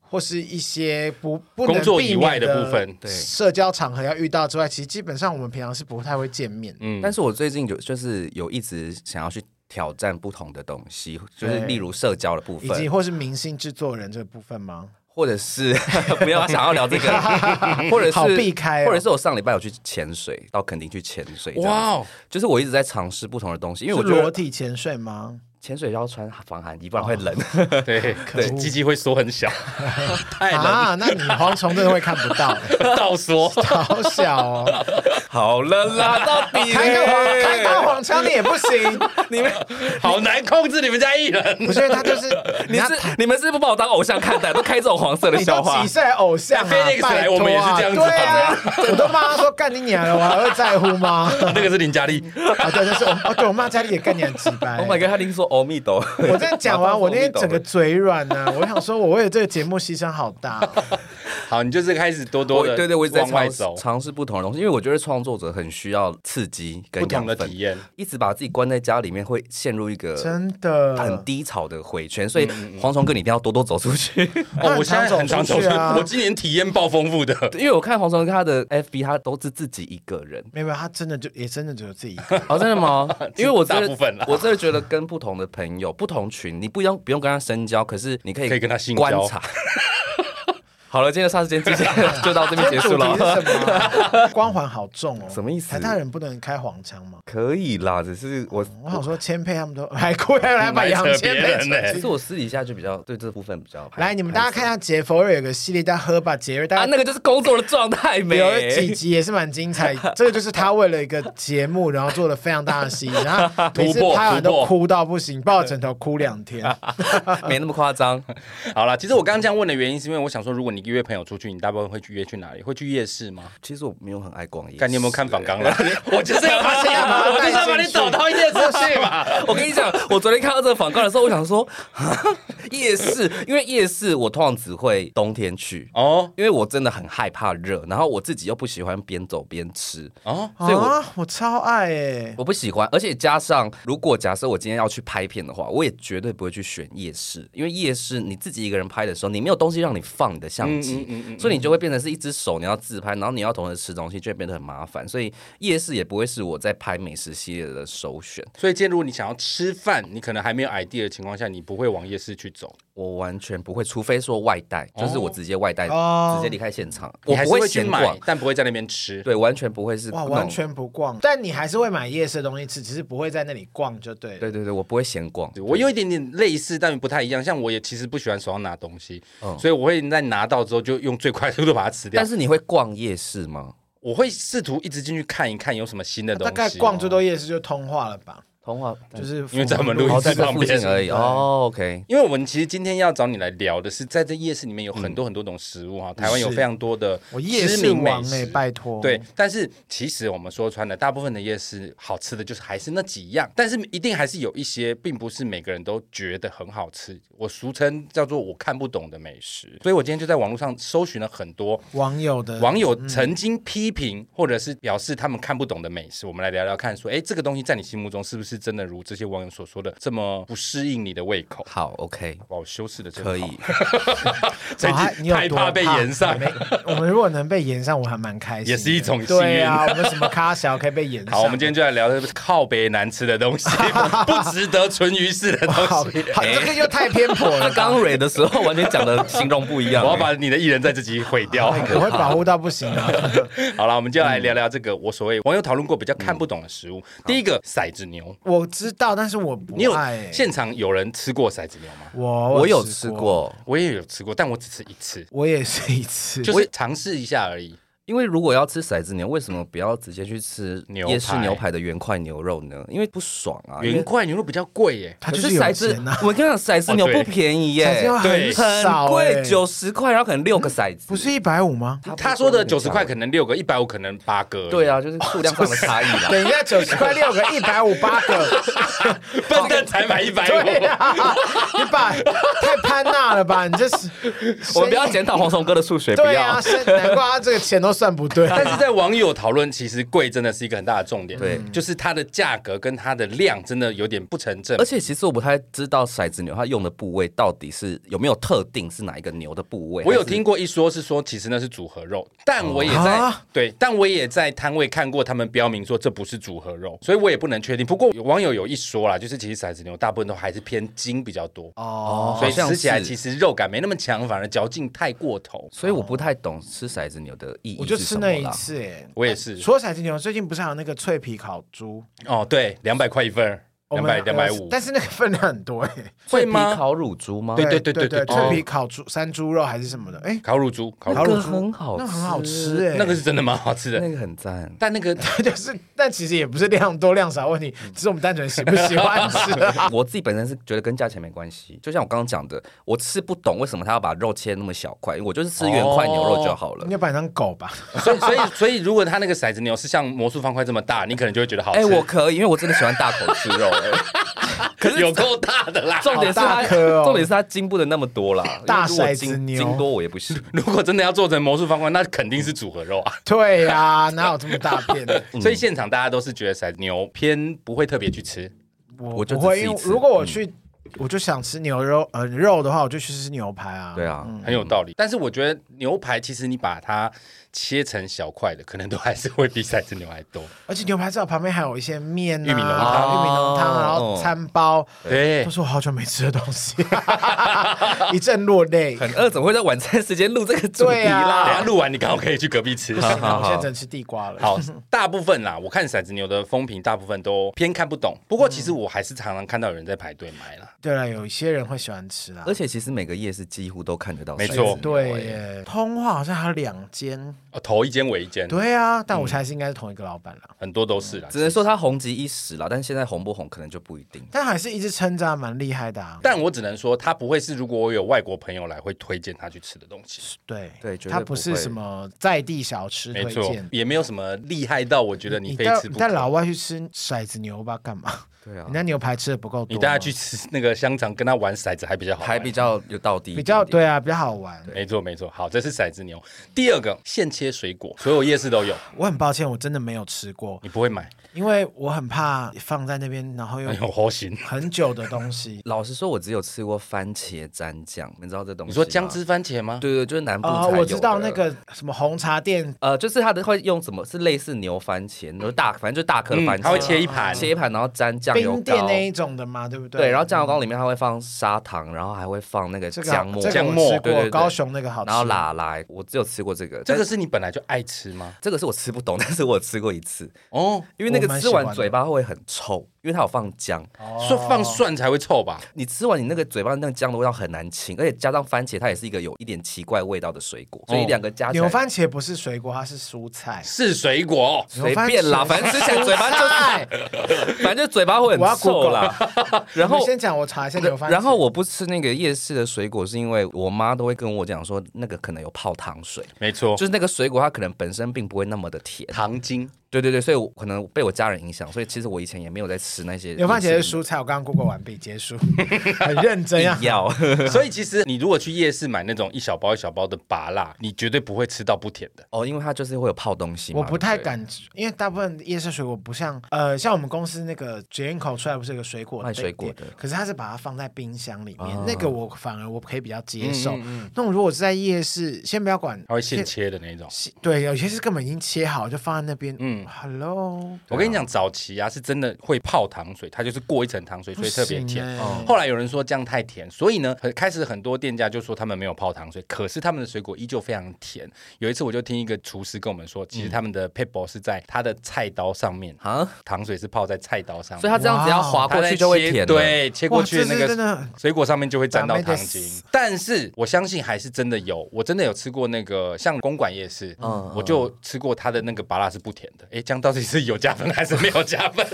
或是一些不不能工作以避免外的部分，对社交场合要遇到之外，其实基本上我们平常是不太会见面。嗯，但是我最近有就是有一直想要去挑战不同的东西，就是对例如社交的部以及分，或是明星制作人这部分吗？或者 是不要想要聊这 个，或者是好避开哦或者是我上礼拜有去潜水，到垦丁去潜水，哇，哇哦，就是我一直在尝试不同的东西，因为我是觉裸得体潜水吗？潜水要穿防寒衣，不然会冷。对恶对，鸡鸡会缩很小，太冷了，啊，那你蝗虫真的会看不 到，啊倒缩。好小哦！ 好了 啦，到底开个黄开嘞到黄腔你也不行， 你们 好难控制你们家艺人， 不是他就是你要是你们是不是把我当偶像看待，都开这种黄色的你笑都话几。岁的偶像啊？ Phoenix 拜来托啊我们也是这样子对啊，我都骂他说干你娘了，我还会在乎吗？ 那个是林嘉丽，啊，对，就是我，哦，对我骂家里也干你娘几百。 Oh my god，他听说欧米斗，我真的讲完，我那天整个嘴软呢、我想说，我为了这个节目牺牲好大、好，你就是开始多多我的对对，我一直在往外尝走试，尝试不同的东西，因为我觉得创作者很需要刺激跟不同的养分体验，一直把自己关在家里面，会陷入一个真的。很低潮的回圈，所以嗯蝗虫哥你一定要多多走出去。 哦，我现在很常走很常走出去啊 我今年体验爆丰富的， 因为我看蝗虫哥他的 FB，他都是自己一个人。没有，没有他真的就也真的只有自己一 个。哦，真的 吗？因为我真大部分啦的，我真的觉得跟不同的朋友、不同群，你不用不用跟他深交，可是你可以可以跟他性交观察。 好了，今天的霎时间之间就到这边结主束题是了。什么啊？光环好重哦。什么意思台大人不能开黄腔吗？可以啦，只是我我想说，千佩他们都 还过来来把杨千佩还扯进扯别人只来是我私底下就比较对这部分比较来，你们大家看一下杰佛瑞有个系列叫《喝吧杰瑞》，大啊，家那个就是工作的状态没有几集也是蛮 精彩。这个就是他为了一个节目，然后做了非常大的牺牲，然 后每次突破拍完突都破哭到不行，抱着枕头哭 两天。没那么夸张。好啦，其实我刚刚这样问的原因，是因为我想说，如果你约朋友出去，你大部分会去约去哪里？会去夜市吗？其实我没有很爱逛夜看你有没有市看反 刚了？我就是要把现在把他我就是要把带你进去导到夜市去嘛。 我跟你讲，我昨天看到这个广告的时候，我想说， 夜市，因为夜市我通常只会冬天去，哦因为我真的很害怕热，然后我自己又不喜欢边走边吃，哦，所以我啊，我超爱哎、我不喜欢。而且加上，如果假设我今天要去拍片的话，我也绝对不会去选夜市，因为夜市你自己一个人拍的时候，你没有东西让你放你的嗯相机，所以你就会变成是一只手你要自拍，然后你要同时吃东西，就会变得很麻烦。所以夜市也不会是我在拍美食系列的首选，所以今天如果你想要吃饭，你可能还没有 idea 的情况下，你不会往夜市去走，我完全不会，除非说外带，就是我直接外带，哦直接离开现场，你我还不是会去闲买逛，，但不会在那边吃。对，完全不会是哇，那种完全不逛，但你还是会买夜市的东西吃，只是不会在那里逛就对了。对对对，我不会闲逛，我有一点点类似，但不太一样。像我也其实不喜欢手上拿东西，嗯所以我会在拿到之后就用最快速度把它吃掉但。是你会逛夜市吗？我会试图一直进去看一看有什么新的东大西。啊哦概逛最多夜市就通化了吧，通话就是因为在我们录音好室哦在旁这边 附近而已。对哦，OK，因为我们其实今天要找你来聊的是，在这夜市里面有很多很多种食物啊哈，台湾有非常多的嗯我夜知市名美王哎、食。拜托。对，，但是其实我们说穿了，大部分的夜市好吃的就是还是那几样，但是一定还是有一些，并不是每个人都觉得很好吃。我俗称叫做我看不懂的美食，所以我今天就在网络上搜寻了很多网友的哦网友曾经批评或者是表示他们看不懂的美食，我们来聊聊看，说，哎，这个东西在你心目中是不是真的如这些网友所说的这么不适应你的胃口？好，OK，哇，我修饰的真好可以。这哦还一你集有害多怕被延上。没我们如果能被延上，我还蛮开心的， 也是一种幸运对啊，我们什么咖小可以被延上？好，我们今天就来聊靠北难吃的东西，不值得存于世的 好，东西。好这个又太偏颇了吧。刚蕊的 时候完全讲的形容不一样。我要把你的艺人在自己毁掉。 我会保护到不行啊！好了，我们就来聊聊这个我所谓网友讨论过比较看不懂的食物。嗯第一个骰子牛， 我知道，但是我不你有爱欸、现场有人吃过骰子牛吗？我我有吃过，过，我也有吃过，但我只吃一次，我也是一次，就是尝试一下而已。因为如果要吃骰子牛，为什么不要直接去吃牛夜市排牛排的原块牛肉呢？因为不爽啊。因圆为块牛肉比较贵耶，他可就是是有骰子哎钱呐、，啊我跟你讲，骰子牛哦对不便宜骰子耶又，啊哦对很很少、欸，贵，九十块，然后可能六个骰子，不是一百五吗？差不多他说的那个价九位十块可能六个，一百五可能八个。对， 啊，就是数量上的差异啦。等一下，九十块六个，一百五八个，笨蛋才买一百 对五。啊呀、你把太潘娜了吧？你这是我们不要检讨黄虫哥的数学，不对啊要啊，。是难怪他这个钱都算 不 对。但是在网友讨论，其实贵真的是一个很大的重点，对就是它的价格跟它的量真的有点不成正而。且其实我不太知道骰子牛它用的部位到底是有没有特定是哪一个牛的部位。我有还是听过一说，是说其实那是组合肉，但我也在、啊对，但我也在摊位看过他们标明说这不是组合肉，所以我也不能确定。不过有网友有一说啦，就是其实骰子牛大部分都还是偏筋比较多，哦，所以好像吃起来是其实肉感没那么强，反而嚼劲太过头。所以我不太懂吃骰子牛的意义哦我就是吃什么那一啦。次哎。我也是说起来，牛最近不是还有那个脆皮烤猪，哦，对，两百块一份儿，我哦两们百呃两百五，但是那个分量很多哎。会脆皮吗？烤乳猪吗？对对对对对，对脆皮烤猪、山猪肉还是什么的，哎，烤乳猪，烤那乳猪个很好吃，欸那很好吃哎。那个是真的蛮好吃的，那个很赞。但那个 就是，但其实也不是量多量少问题，只是我们单纯喜不喜欢吃。 啊我自己本身是觉得跟价钱没关系，就像我刚刚讲的，我吃不懂为什么他要把肉切那么小块，我就是吃原块牛肉就好了你。要把你当狗吧？ 所以所以所以，如果它那个骰子牛是像魔术方块这么大，你可能就会觉得好吃。哎、我可以，因为我真的喜欢大口吃肉、 哎可 是有够大的啦！重点是好它大颗哦重点是它进步的那么多啦。大因为如果骰子进牛进多我也 不行。如果真的要做成魔术方块，那肯定是组合肉啊。对呀、哪有这么大片的？嗯所以现场大家都是觉得骰子牛偏不会特别去吃，我我就不会，只吃一因为次如果我去，我就想吃牛肉，呃，肉的话，我就去吃牛排啊。对啊，很有道理。但是我觉得牛排其实你把它切成小块的，可能都还是会比骰子牛还多。而且牛排至少旁边还有一些面、啊、玉米浓汤玉米浓汤，哦然后餐包，对都，是我好久没吃的东西， 一阵落泪。很饿，怎么会在晚餐时间录这个主题等对一下啊，录完你刚好可以去隔壁吃不。行啊，好好我 现在只能吃地瓜了。好，大部分啦，我看骰子牛的风评，大部分都偏看不懂。不过其实我还是常常看到有人在排队买啦。对了，有一些人会喜欢吃啦而。且其实每个夜市几乎都看得到没骰子错牛，对哎耶，通化好像还有两间。嗯哦，头一间尾一间，对啊，但我猜是应该是同一个老板啦。嗯很多都是啦。只能说它红极一时啦，但现在红不红可能就不一定。但还是一直撑着啊，蛮厉害的啊。但我只能说，它不会是如果我有外国朋友来，会推荐他去吃的东西。对对绝对它不不是会什么在地小吃没推错荐，。也没有什么厉害到我觉得你非带吃你不带可。老外去吃骰子牛吧，干嘛？对啊你，那牛排吃的不够多吗，你带他去吃那个香肠，跟他玩骰子还比较好玩。还比较有道地一比点点，。较对啊，比较好玩。没错没错。好，这是骰子牛。第二个现切水果，所有夜市都有，我很抱歉，我真的没有吃过，你不会买，因为我很怕放在那边，然后又很有活型。很久的东西 老实说，我只有吃过番茄蘸酱，你知道这东西？你说姜？汁番茄吗？对对，就是南部才啊、有的、我知道那。个什么红茶店，呃，就是它的会用什么是类似牛番茄，然后大反正就大颗的嗯番茄，它会切一盘切一盘，然后沾酱油冰店膏，那一种的嘛，对不对？嗯对，然后酱油膏里面它会放砂糖，然后还会放那个这个姜末，这个姜我末吃对对过，对高雄那个好吃。然后拉拉，我只有吃过这个，这但个是你本来就爱吃吗？这个是我吃不懂， 但是我有吃过一次，哦，因为那我蛮个喜吃完欢嘴的巴会很臭，因为它有放姜，哦说放蒜才会臭吧？你吃完你那个嘴巴那个姜的味道很难清，而且加上番茄，它也是一个有一点奇怪味道的水果，所以哦两个加起来牛番茄不是水果，它是蔬 菜。是水果。随便啦，牛番反茄正吃起来嘴巴就是，反正就嘴巴会我要很臭 Google 啦。 你然后们，先讲，我查一下牛番茄。然后我不吃那个夜市的水果，是因为我妈都会跟我讲说，那个可能有泡糖水，没哦错，就是那个水果它可能本身并不会那么的甜。糖精。 对对对，所以我可能被我家人影响，所以其实我以前也没有在吃那些牛番夜茄市是蔬菜，我刚刚 Google 完毕，结 束，很认真啊呀的。药。所以其实你如果去夜市买那种一小包一小包的拔辣，你绝对不会吃到不甜的。哦，因为它就是会有泡东西嘛。我不太对对敢，因为大部分夜市水果不像，呃，像我们公司那个捷运口出来不是有个水果卖水店果的可是它是把它放在冰箱里面，啊嗯那个我反而我可以比较接受。那种如果是在夜市，先不要管，它会现切的那种。切对，有些是啊根本已经切好就放在那边。嗯，Hello，我跟你讲，早期啊是真的会泡糖水，它就是过一层糖水，所以特别不行甜。欸哦后来有人说这样太甜，所以呢，很开始很多店家就说他们没有泡糖水，可是他们的水果依旧非常甜。有一次我就听一个厨师跟我们说，其实他们的 p e b b l 是在他的菜刀上面，啊，糖水是泡在菜刀上面，所以它这样只要哇滑它啊过哦在去就会切甜了。对，切过哇去的这那是真个的水果上面就会沾到打妹糖的精。但是我相信还是真的有，我真的有吃过那个像公馆夜市，嗯 我就吃过它的那个拔辣是不甜的。哎，这样到底是有加分还是没有加分？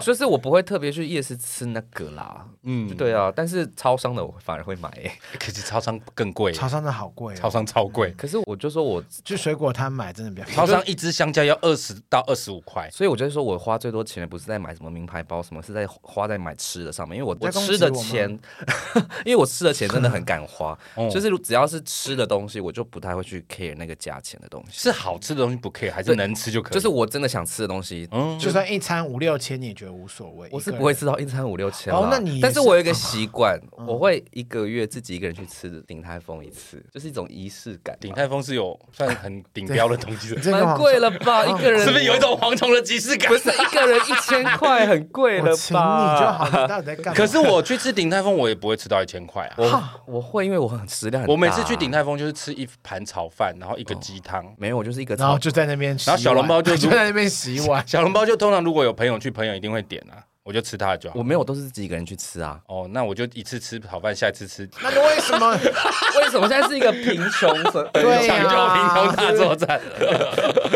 就是我不会特别去夜市吃那个啦。嗯，对啊，但是超商的我反而会买、欸。 可是超商更贵，超商的好贵、超哦，商超贵，可是我就说我，去水果摊买真的比较便宜。超商一只香蕉要二十到二十五块。所以我就说我花最多钱的不是在买什么名牌包，什么是在花在买吃的上面，因为我在我攻吃击的我吗钱， 因为我吃的钱真的很敢花哦，就是如只要是吃的东西，我就不太会去 care 那个价钱的东西，是好吃的东西不 care，还是对能吃就可以？就是我真的想吃的东西，嗯，就算一餐五六千，你也觉得无所谓。我是一个不会人吃到一餐五六千哦啦那你也但是是嗯我有一个习惯，我会一个月自己一个人去吃鼎泰丰一次，就是一种仪式感吧。鼎泰丰是有算很顶标的东西的，这个蛮好嗯贵了吧？一个人是不是 有一种蝗虫的即视感不？是一个人一千块，很贵了吧？我请你就好，你到底在干嘛？可是我去吃鼎泰丰，我也不会吃到一千块啊。我我会，因为我很食量很大。啊我每次去鼎泰丰就是吃一盘炒饭，然后一个鸡汤。没有，我就是一个然后炒就在那边洗碗，然后小笼包就就在那边洗碗。小笼包就通常如果有朋友去，朋友一定会点啊，我就吃它的就好我。没有，都是自己一个人去吃啊。哦，那我就一次吃炒饭，下一次吃那你为什么？为什么现在是一个贫穷 者？ 对抢呀救贫穷大作战。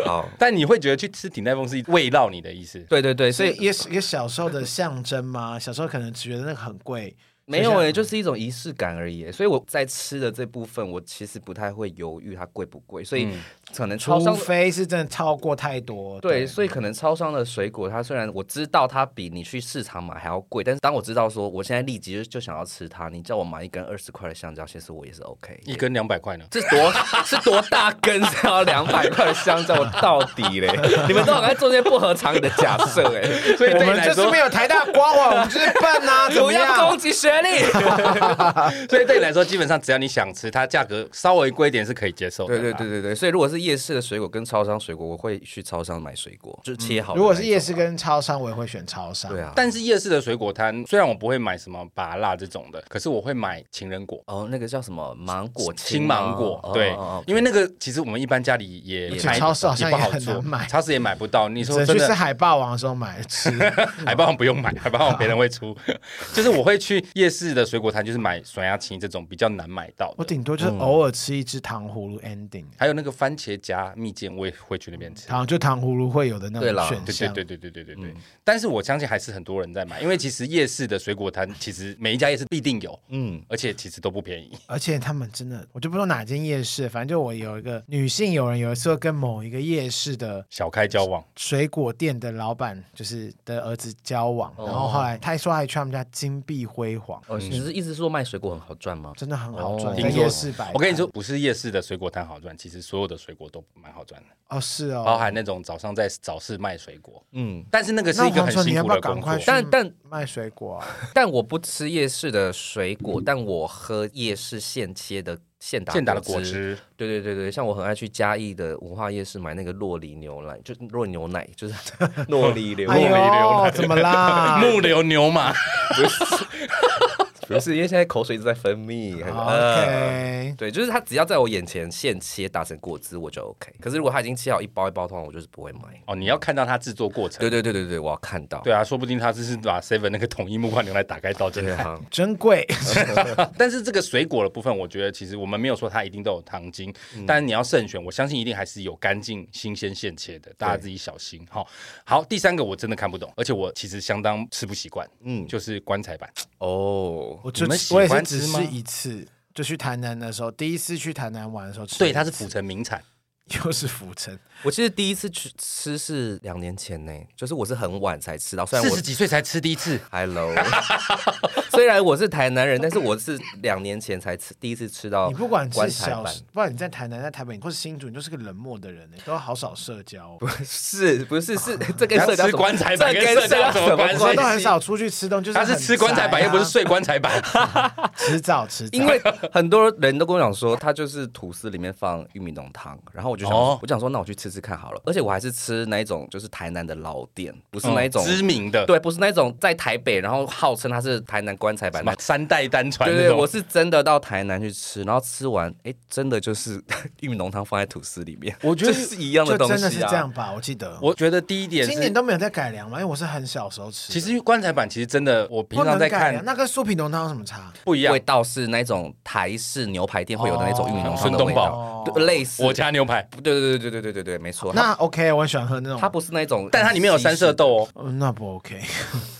好， 但你会觉得去吃鼎泰丰是慰劳你的意思？对对对，所所以以也是也小时候的象征嘛。小时候可能只觉得那个很贵，没有诶，就是一种仪式感而已。欸所以我在吃的这部分，我其实不太会犹豫它贵不贵，所以可能嗯超除商。非是真的超过太多。对，所以可能超商的水果，它虽然我知道它比你去市场买还要贵，但是当我知道说我现在立即就就想要吃它，你叫我买一根二十块的香蕉，其实我也是 OK。一根两百块呢？这多是多大根才要两百块的香蕉？我到底嘞？你们都很爱做这些不合常理的假设哎、所以我对你们来就是说没，有台大光环，我们就是 笨啊， 怎不么要样攻？击学历。所以对你来说，基本上只要你想吃，它价格稍微贵一点是可以接受的。对对对。对对，所以如果是夜市的水果跟超商水果，我会去超商买水果，就是切好嗯的那一种。如果是夜市跟超商，我也会选超商。对，啊，但是夜市的水果摊，虽然我不会买什么芭辣这种的，可是我会买情人果。哦，那个叫什么芒果青芒果，哦对，哦哦因为那个其实我们一般家里也也买超市好像也不也好很做难买超市也买不到。你只说能真去吃的，海霸王的时候买吃。海报不用买，海报别人会出。 就是我会去夜市的水果摊，就是买酸鸭青这种比较难买到我的。顶多就是偶尔吃一只糖葫芦 ending，还有那个番茄夹蜜饯，我也会去那边吃。糖就糖葫芦会有的那对种啦选对对项。对对对对对嗯对，但是我相信还是很多人在买，因为其实夜市的水果摊，其实每一家夜市必定有，嗯，而且其实都不便宜。而且他们真的，我就不说哪间夜市，反正就我有一个女性友人，有一次会跟某一个夜市的小开交往，水果店的老板，就是的儿子交往，哦然后后来他还说还去他们家金碧辉煌，嗯哦，你是意思说卖水果很好赚吗？真的很好赚，哦在听说夜市摆。我跟你说，，不是夜市的水果摊好赚，其实所有的水果都蛮好赚的，哦是包哦，含那种早上在早市卖水果，嗯，但是那个是那一个黄很虫你辛要苦不的要赶工快作去。但但卖水果啊？但我不吃夜市的水果，但我喝夜市现切的现打现打的果。汁，对对对对，像我很爱去嘉义的文化夜市买那个洛梨牛奶，就洛梨牛奶就是 洛梨牛哎我没留呦奶， 怎么啦？木流牛马，不是因为现在口水一直在分泌。很啊好饿呃 OK，对，就是它只要在我眼前现切打成果汁，我就 OK。可是如果它已经切好一包一包，通常我就是不会买。 哦，你要看到它制作过程对。对对对对，我要看到。对啊，说不定他只是把 seven 那个统一木瓜牛奶打开倒进对来。啊，珍贵。 但是这个水果的部分，我觉得其实我们没有说它一定都有糖精，嗯但是你要慎选，我相信一定还是有干净、新鲜、现切的，大家自己小心。好，好，第三个我真的看不懂，而且我其实相当吃不习惯，嗯，就是棺材板。哦，我就你们喜我也是欢只吃吗吃一次，就去台南的时候，第一次去台南玩的时候吃。对，它是 府城名产。又是浮沉，我其实第一次去吃是两年前呢，就是我是很晚才吃到，虽然四我十几岁才吃第一次， Hello，虽然我是台南人，但是我是两年前才吃第一次吃哦到你不管棺是材小板，，不管你在台南、在台北或是新竹，你就是个冷漠的人，欸都好少社交哦、是不是是这跟社交吃什么棺材板这跟社交什么什么关系啊我关都很少出去吃东西，就是他是很吃棺材板，宅啊又不是睡棺材板。迟早迟早，因为很多人都跟我讲说，他就是吐司里面放玉米浓汤，然后我就想说，哦我就想说，那我去吃吃看好了。而且我还是吃那一种，就是台南的老店，不是那一种、嗯哦知名的，对，不是那种在台北，然后号称它是台南棺材板什那么三代单传对那对，种，我是真的到台南去吃，然后吃完，哎，真的就是 玉米浓汤放在吐司里面，我觉得就是一样的就东西、啊、真的是这样吧？我记得我觉得第一点今年是，都没有在改良嘛，因为我是很小时候吃的，其实棺材板其实真的，我平不常能在改啊看良。那跟酥皮浓汤有什么差？不一样味。道是那种台式牛排店会有的那种玉米浓哦汤的味孙东道宝，对类似。我家牛排，对对对对对对对对，没错。那 OK，我很喜欢喝那种，它它不是那种， 但它里面有三色豆哦，嗯那不 OK，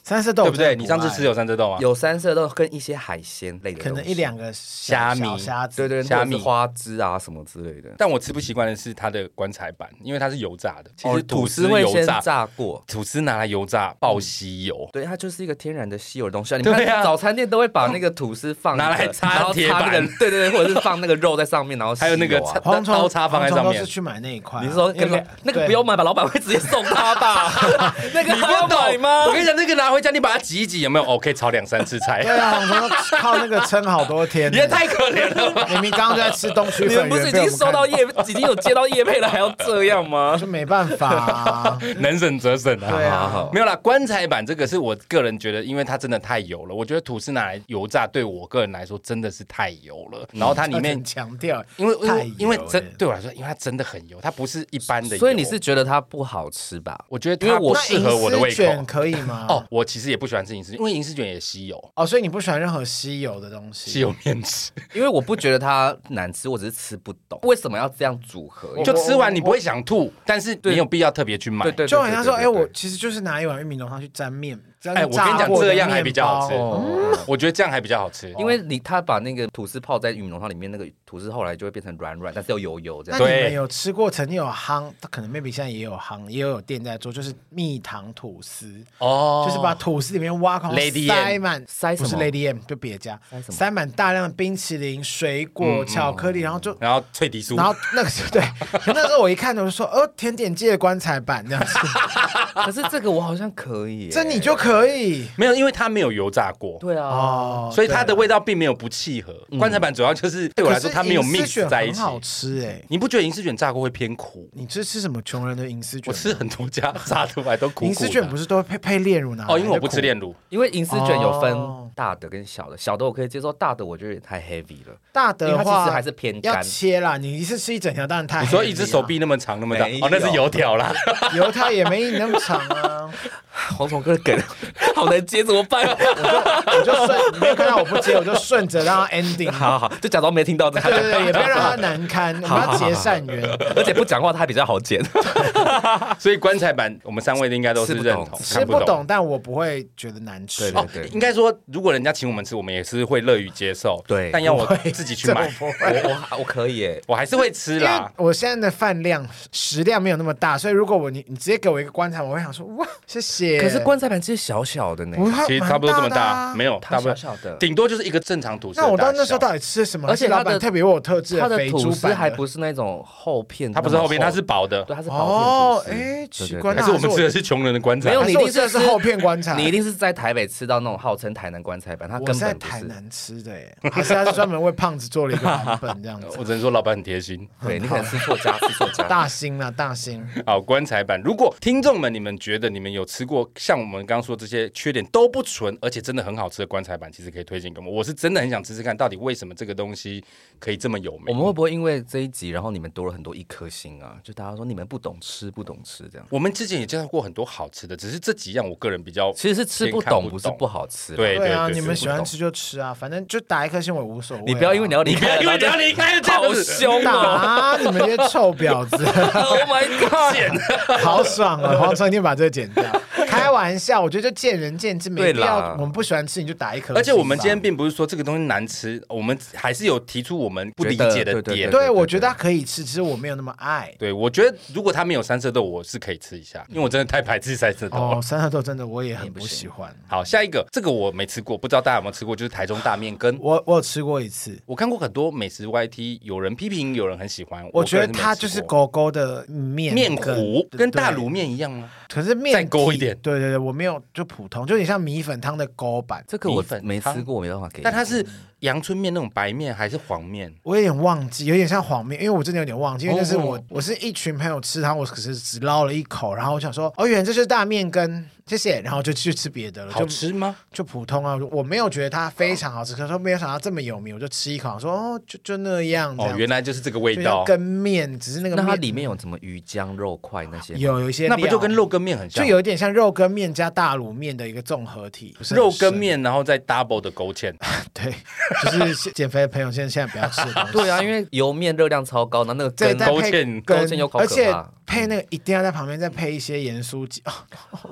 三 色豆对不对？我真的你上次爱吃有三色豆啊？有三色豆跟一些海鲜类的东可西，能一两个虾小米小虾子，对对虾虾米米花枝啊什么之类的。但我吃不习惯的是它的棺材板，因为它是油炸的。其哦实吐司会油先炸，炸过。吐司拿来油炸爆吸油，对，它就是一个天然的稀有的东西、啊。你对啊看早餐店都会把那个吐司放拿着来擦然后铁那个板对对对，或者是放那个肉在上面，然后还有那个吸油啊菜蝗虫刀叉放在上面蝗虫都是去买那一块啊、你是说因为跟老那个不用买吧？老板会直接送他吧？ 那个啊你不还嗯要买懂吗我？跟你讲，那个拿回家你把它挤一挤，有没有？哦，可以炒两三次菜对，对啊，蝗虫靠那个撑好多 天呢，也太 可怜了吧。明明刚刚就在吃东区你粉圆，们不是已被我啊经们收到看叶，已经有接到叶配了，还要这 样吗？就没办法、啊，能省则省啊。对好好啊好。没有啦，棺材板这个是我个人觉得，因为它真的太油了。我觉得吐司拿来油炸，对我个人来说真的是太油了。然后它里面很，强调，因为因啊太为油因为了真对我来说，因为它真的很油，它不是一般的油。所以你是觉得它不好吃吧？我觉得因它为我不适合我的胃那银丝卷口。可以吗？哦，我其实也不喜欢吃银丝卷，因为银丝卷也吸油，哦，所以你不喜欢任何稀有的东西，吸油面吃。因为我不觉得它难吃，我只是吃不懂为什么要这样组合。就吃完你不会想吐，但是没有必要特别去买对。对，就好像说，对哎，我其实就是拿一碗玉米浓汤去沾面，沾哎，我跟你炸讲，过的这样还面比较好包哦吃。哦我觉得这样还比较好吃，因为你他把那个吐司泡在玉米浓汤里面，那个吐司后来就会变成软软，但是又油油这那样。你对们有吃过曾经有夯，可能 maybe 现在也有夯，也有店在做，就是蜜糖吐司，哦就是把吐司里面挖空 Lady 塞 M 满，塞什不么是 Lady M 就别家塞，什么塞满大量的冰淇淋、水嗯果、巧克力，然后就。然后脆皮酥然，后那个时候对，可那时候我一看，我就说，哦，甜点界的棺材板这 样子，可是这个我好像可以耶，这你就可以没有，因为它没有油炸过，对啊，哦。所以它的对嗯哎味道并没有不契合。棺材板主要就是对我来说，可是它没有银丝卷 mix 在一起很。好吃哎。你不觉得银丝卷炸过会偏苦？你这吃什么穷人的银丝我卷吗？吃很多家炸出来都苦苦的。银丝卷不是都会配配炼乳拿来哦，因为我就不吃苦炼乳，因为银丝卷有哦分大的跟小的，小的我可以接受，大的我觉得有点太 heavy 了。大的因为它话其实还是偏要干切啦，你一次吃一整条，当然太你说 heavy 一只手啦，臂那么长那么大，没哦，那是有油条啦。油条也没你那么长啊。黄虫哥的梗好难接，怎么办？我就顺，你没有看到我不接，我就顺着让它 ending。好好，就假装没听到这对对个，对，也不要让它难堪，我们要结善缘。而且不讲话他比较好剪。所以棺材板，我们三位应该都是吃不认懂同，吃看不懂懂，。但我不会觉得难吃。对哦对，应该说，如果人家请我们吃，我们也是会乐于接受。对但要我自己去这买我，不 我会。我我可以耶，我还是会吃因为啦。我现在的饭量食量没有那么大，所以如果我你你直接给我一个棺材，我会想说哇，谢谢。可是棺材板其实小小的呢，不会其实差不多这么蛮的大，啊没有，差它不小多，小的。顶多就是一个正常吐司的大小。那我到那时候到底吃了什么？而且是它老的板特别为我特制它的肥吐猪司版还不是那种厚片，它不是后边，它是薄，薄的，对，它是薄哦，片吐司。哎，对奇对怪，还对那是我们我吃的是穷人的棺材？？没有还你是一我定吃的是是厚片棺材，你一定是在台北吃到那种号称台南棺材板，它我根是在本不台是。南吃的耶，还是他是专门为胖子做了一个版本这样子 我只能说老板很贴心。对你可能吃错 家，吃错家。大兴啦，大兴，好，棺材板。如果听众们你们觉得你们有吃过像我们刚刚说这些缺点都不纯，而且真的很好吃的棺材板，其实可以推荐给我们。我是真的很想吃吃看，到底为什么这个东西可以这么有我名。们会不会因为这一集，然后你们多了很多一颗星啊？就大家说你们不懂吃，不懂吃这样，我们之前也介绍过很多好吃的，只是这几样我个人比较其实是吃不先看懂，不不是懂不好吃。对对啊，对你对们喜不欢懂吃就吃啊，反正就打一颗星我也无所谓啊。你不要因为你要离你不要开了，因为然后你要离开了这就好样子 凶打啊啊，你们这些臭婊 子， ！Oh my god！好爽啊！黄成，一定把这个剪掉。开玩笑，我觉得就见仁见智，没对必啦要。我们不喜欢吃，你就打一颗星吧。而且我们今天并不是说这个东西难吃，我们还是有提出我们不理解的觉得对点。对，我觉得它可以吃，只是我没有那么爱。对，我觉得如果它没有三色豆，我是可以吃一下，因为我真的太排斥三色豆了。哦，三色豆真的我也很不喜欢。 好，下一个这个我没吃过，不知道大家有没有吃过，就是台中大面羹。我我有吃过一次，我看过很多美食 YT，有人批评，有人很喜欢。我觉个得人没吃过它就是狗狗的面面羹糊，跟大对卤面一样吗？可是面再勾一体点对对对，我没有就普通，就有点像米粉汤的勾版，这个我米粉没汤吃过，我没办法给你。但它是阳春面那种白面还是黄面？我有点忘记，有点像黄面，因为我真的有点忘记，因为就是我、哦我是一群朋友吃，然后我可是只捞了一口，然后我想说，哦，原来这就是大面羹，谢谢，然后就去吃别的了，好就吃吗？就普通啊，我没有觉得它非常好吃，可是没有想到这么有名，我就吃一口，说哦，就就那样，哦，原来就是这个味就道像，跟面，只是那个那它面里面有什么鱼浆肉块那些？有有一些那不就料跟肉羹面很就像？有一点像肉羹面加大卤面的一个综合体，不是很肉深羹，面，然后再 double 的勾芡，对，就是减肥的朋友现在 现在不 要吃的东西，对啊，因为油面热量超高，然后那个再根再勾配芡跟勾芡又好而可且嗯怕配那个一定要在旁边再配一些盐酥鸡，啊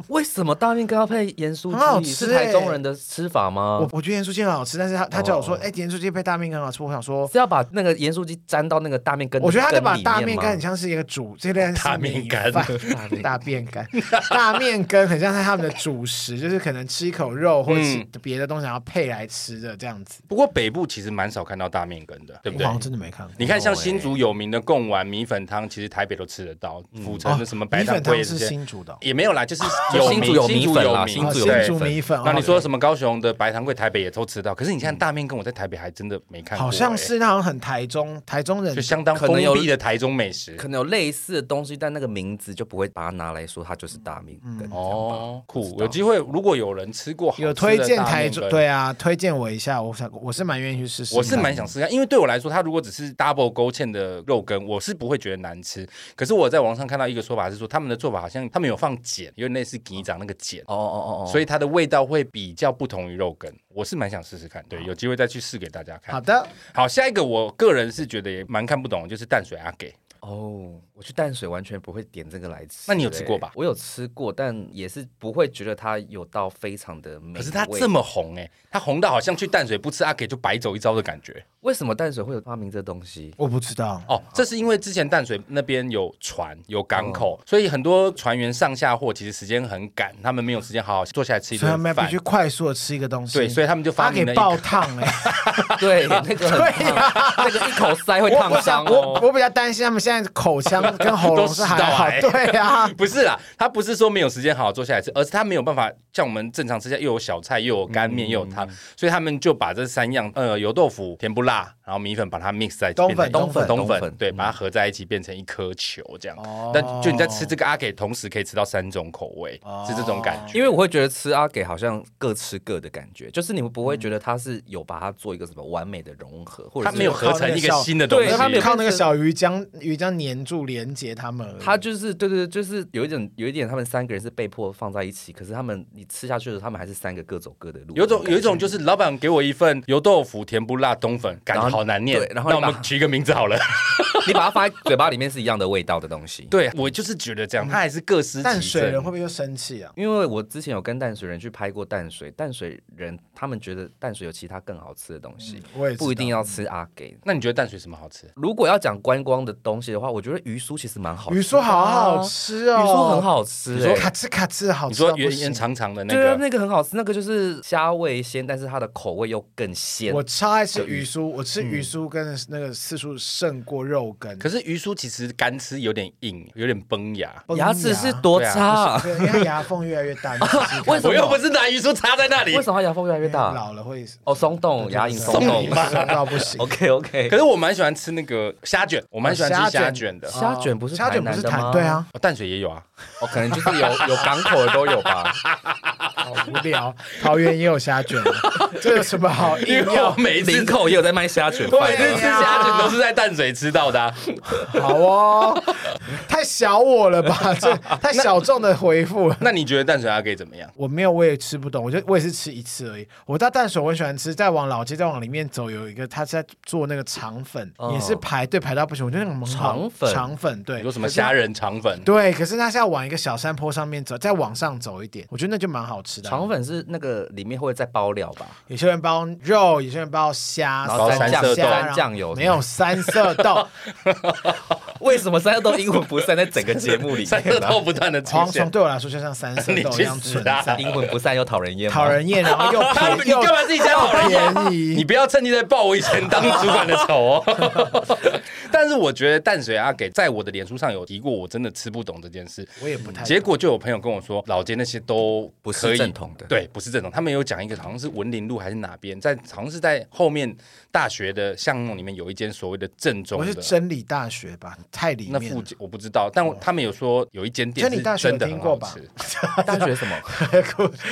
为什么大面羹要配盐酥很好鸡？吃是台中欸人的吃法哦我吗？我觉得盐酥鸡很好吃，但是他他叫我说，哦哎、盐酥鸡配大面羹很好吃，我想说。是要把那个盐酥鸡沾到那个大面羹的我觉得他在根把里大面面吗羹很像是一个主，这类大面羹大面羹，大面羹很像是他们的主食，就是可能吃一口肉或者嗯吃别的东西，然后配来吃的这样子。不过北部其实蛮少看到大面羹的，对不我对好？像真的没看过。你看，像有欸新竹有名的贡丸米粉汤，其实台北都吃得到，嗯府城的什么白哦米糖粉粿汤这是些新竹的哦、也没有啦，就是就有啊新名竹有米粉啦新新竹有有名啊对新竹米粉，那你哦说什么高雄的白糖粿，台北也都吃到，可是你看大面羹，我在台北还真的没看过，好欸像是那好像很台中台中人就相当可封能有闭的台中美食可能有类似的东西，但那个名字就不会把它拿来说它就是大面嗯羹。哦，酷知。道有机会如果有人吃过好吃的有推荐大面台中羹对啊，推荐我一下，我想我是蛮愿意去试试看的，我是蛮想试看，因为对我来说，它如果只是 double 勾芡的肉羹，我是不会觉得难吃。可是我在网上看到一个说法是说，他们的做法好像他们有放碱，有点类似鸡掌那个碱，哦哦哦哦，所以以它的味道会比较不同于肉羹。我是蛮想试试看，对，有机会再去试给大家看。好的，好，下一个我个人是觉得也蛮看不懂的，就是淡水阿给，哦，我去淡水完全不会点这个来吃。那你有吃过吧欸我有吃过，但也是不会觉得它有到非常的美味。可是它这么红哎、它红到好像去淡水不吃阿给就白走一遭的感觉。为什么淡水会有发明这东西？ 我不知道，哦，这是因为之前淡水那边有船有港口，所以很多船员上下货其实时间很赶，他们没有时间好好坐下来吃一所以他顿们必饭须。快速的吃一个东西，对，所以他们就发发明给了一爆个。烫 哎、欸对，那个很烫，那个一口塞会我烫我想伤我哦。我比较担心他们现在口 腔跟喉咙都哎是食道还好，癌对啊，不是啦，他不是说没有时间好好坐下来吃，而是他没有办法像我们正常吃下，又有小菜，又有干面，又有汤，所以他们就把这三样，呃，油豆腐、甜不辣，然后米粉，把它 mix 在一起，冬粉变成冬粉冬冬粉嗯粉，对，把它合在一起变成一颗球这样哦。 但就你在吃这个阿给，同时可以吃到三种口味，是这种感觉。因为我会觉得吃阿给好像各吃各的感觉，就是你们嗯不会觉得它是有把它做一个什么完美的融合，或者它是没有合成一个新的东对西，他它们没有靠那个小鱼浆鱼浆粘住连接他们而已，他就是对对，对就是有一点有一点，他们三个人是被迫放在一起，可是他们你吃下去的时候，他们还是三个各走各的路。有种有一种就是老板给我一份油豆腐甜不辣冬粉，感觉然后好难念对。然后那你我们把取一个名字好了。你把它放在嘴巴里面是一样的味道的东西。 对我就是觉得这样，他还是各司淡其水人会正不。会又生气啊？因为我之前有跟淡水人去拍过淡水，淡水人他们觉得淡水有其他更好吃的东西，我嗯也知道不一定要吃阿给。那你觉得淡水什么好吃？如果要讲观光的东西的话，我觉得鱼酥其实蛮好吃的啊，鱼酥好好吃哦，鱼酥很好吃、欸，咔哧咔哧好你哦吃到说不圆行圆长长的那对啊，个，那个很好吃，那个就是虾味鲜，但是它的口味又更鲜。我超爱吃鱼酥，我吃鱼酥跟那个次数胜过肉羹。可是鱼酥其实干吃有点硬，有点崩牙。崩牙齿是多对啊差、对因为它牙缝越来越大，你仔细看为什么我又不是拿鱼酥插在那里 为。什么它牙缝越来越大？老了会哦，松动，牙龈松松动你。 松到不行。 OK OK，可是我蛮喜欢吃那个虾卷，我蛮喜欢哦虾吃卷虾卷的。虾卷不是虾卷不台是南的弹吗？对，啊，哦淡水也有啊，哦，可能就是有 有港口的都有吧。好无聊。桃园也有虾卷，这有什么好 因硬为我 要？每次林口也有在卖虾卷我饭每次吃啊。虾卷都是在淡水吃到的啊。好哦，太小我了吧？这太小众的回复了。那你觉得淡水阿给怎么样？我没有，我也吃不懂，我就我也是吃一次而已。我到淡水我很喜欢吃，再往老街再往里面走，有一个他是在做那个肠粉，哦也是排队排到不行，我觉得那种很好肠粉肠粉对，有什么可是虾仁肠粉？对，可是他是要往一个小山坡上面走，再往上走一点，我觉得那就蛮好吃的啊、肠粉是那个里面会再包料吧？有些人包肉，有些人包虾，然后然后三虾色豆然后酱油没有三色 豆， 为什么三都英文不散在整个节目里三色面啊呢？ 豆不断的出蝗现虫，对我来说就像三 色你豆一去样死存啊在，英文不散又讨人厌吗？讨人厌，然后又便宜， 你干嘛自己加好人厌又便宜？你不要趁机在报我以前当主管的仇哦。但是我觉得淡水阿给在我的脸书上有提过，我真的吃不懂这件事。我也不太结果就有朋友跟我说，老街那些都不可是以正统的对，不是正统。他们有讲一个，好像是文林路还是哪边，在好像是在后面大学的巷弄里面有一间所谓的正宗我是的。真理大学吧，太里那面附了。近我不知道，但我他们有说有一间店真是理大学真的有很听过好吧吃。大学什么？哦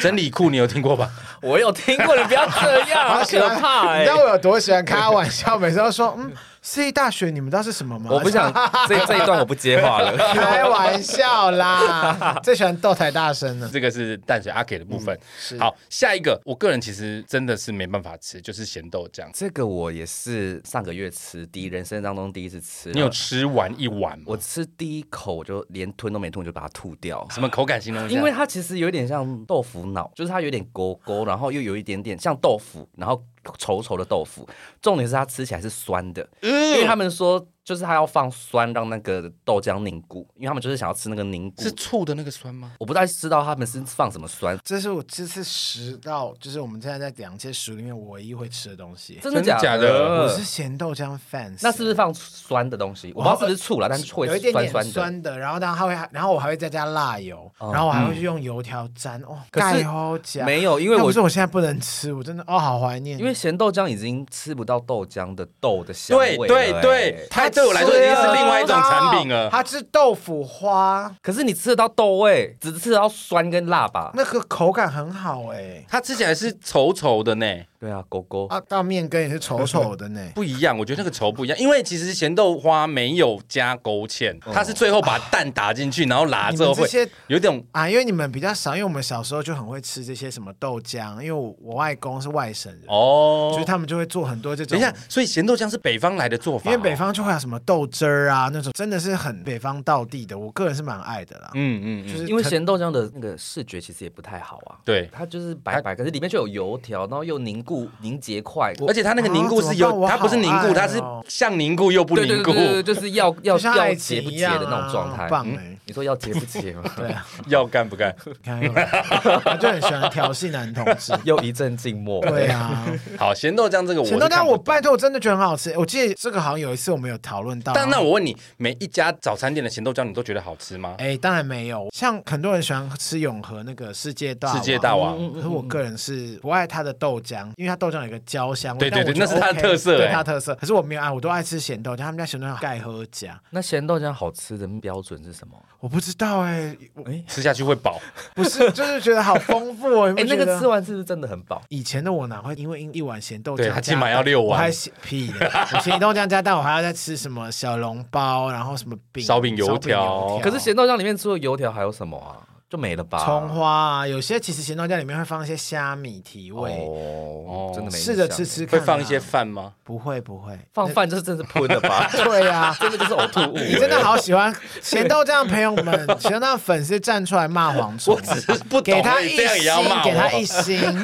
真理库你有听过 吧？ 我有听过，你不要这样， 好喜可欢怕你哎、知道我有多喜欢开玩笑，每次都说嗯，私立大学你们知道是什么吗？我不 想这这一段我不接话了。 开玩笑啦， 最喜欢逗台大声了。这个是淡水阿给的部分。好，下一个，我个人其实真的是没办法吃，就是啊咸豆浆。 这个我也是上个月吃，第一人生当中第一次吃。啊你有吃完一碗吗？我吃第一口我就连吞都没吞，我就把它吐掉。什么口感形容一下？因为它其实有点像豆腐脑，就是它有点勾勾，然后又有一点点像豆腐，然后稠稠的豆腐。重点是它吃起来是酸的，因为他们说就是它要放酸让那个豆浆凝固，因为他们就是想要吃那个凝固是。醋的那个酸吗？我不太知道他们是放什么酸，这是我这次食到，就是我们现在在两切食物里面我唯一会吃的东西。真的真的假假的呃我是咸豆浆 fans，呃那是不是放酸的东西？我不知道是不是醋了，但是会有一点酸点酸的。哦酸的，然后然后还会，然后我还会再加辣油，然后我还会去用油条沾，哦，可是盖好夹。没有，因为但我不是我现在不能吃，我真的哦，好怀念。因为咸豆浆已经吃不到豆浆的豆的香味对了对欸对，它对我来说已对经啊是另外一种产品了。它是豆腐花，可是你吃得到豆味，只吃得到酸跟辣吧？那个口感很好哎。它吃起来是稠稠的呢，。对啊，狗狗。啊，大面羹也是稠稠的呢 不一样。我觉得那个稠不一样，因为其实咸豆花没有加勾芡，它是最后把蛋打进去，然后拿之后你啊会们这些有一种啊，因为你们比较少，因为我们小时候就很会吃这些什么豆浆，因为我我外公是外省人，哦所以。他们就会做很多这种。等一下，，所以咸豆浆是北方来的做法哦，因为北方就会有什么豆汁儿啊那种，真的是很北方道地的，我个人是蛮爱的啦。嗯，嗯嗯，就是因为咸豆浆的那个视觉其实也不太好啊，对。它就是白白，可是里面就有油条，然后又凝固凝结块，哦而且它那个凝固是啊怎么有，办它不是凝固，我好它爱是哦像凝固又不对凝对固对，对，对就是 要要就像要爱结情不一结样的那种状啊态。棒嗯哎你说要结不结吗？ 对啊， 要干不干？你看又来了，他就很喜欢调戏男同志。 又一阵静默。对啊，好，咸豆浆这个我是咸豆看浆不我拜托，我真的觉得很好吃。我记得这个好像有一次我们有讨论到，但那我问你，每一家早餐店的咸豆浆，你都觉得好吃吗？哎，当然没有，像很多人喜欢吃永和那个世界大嗯世界大王可是我个人是不爱它的豆浆，因为它豆浆有一个焦香味。对对对但我觉得那是它的 OK，特色对哎它的特色。可是我没有爱，我都爱吃咸豆浆，他们家咸豆浆盖喝甲，那咸豆浆好吃的标准是什么？我不知道哎，我吃下去会饱。不是，就是觉得好丰富哦。 哎，哎，那个吃。完是不是真的很饱？以前的我哪会因为一碗咸豆对浆，他起码要六碗我还是屁的。我咸豆浆加蛋，我还要再吃什么小笼包，然后什么饼、烧饼油烧条可是咸豆浆里面除了油条还有什么啊？就没了吧？葱花啊，有些其实咸豆浆里面会放一些虾米提味，哦，真的没印试着象吃，吃看会啦。放一些饭吗？不会不会？放饭就是真是喷的吧 对呀、 真的就是呕吐物欸。 你真的好 喜欢咸豆浆朋友们，咸豆浆粉丝站出来骂蝗虫我，只是不懂给他而已一这星样也要骂，给他一，星。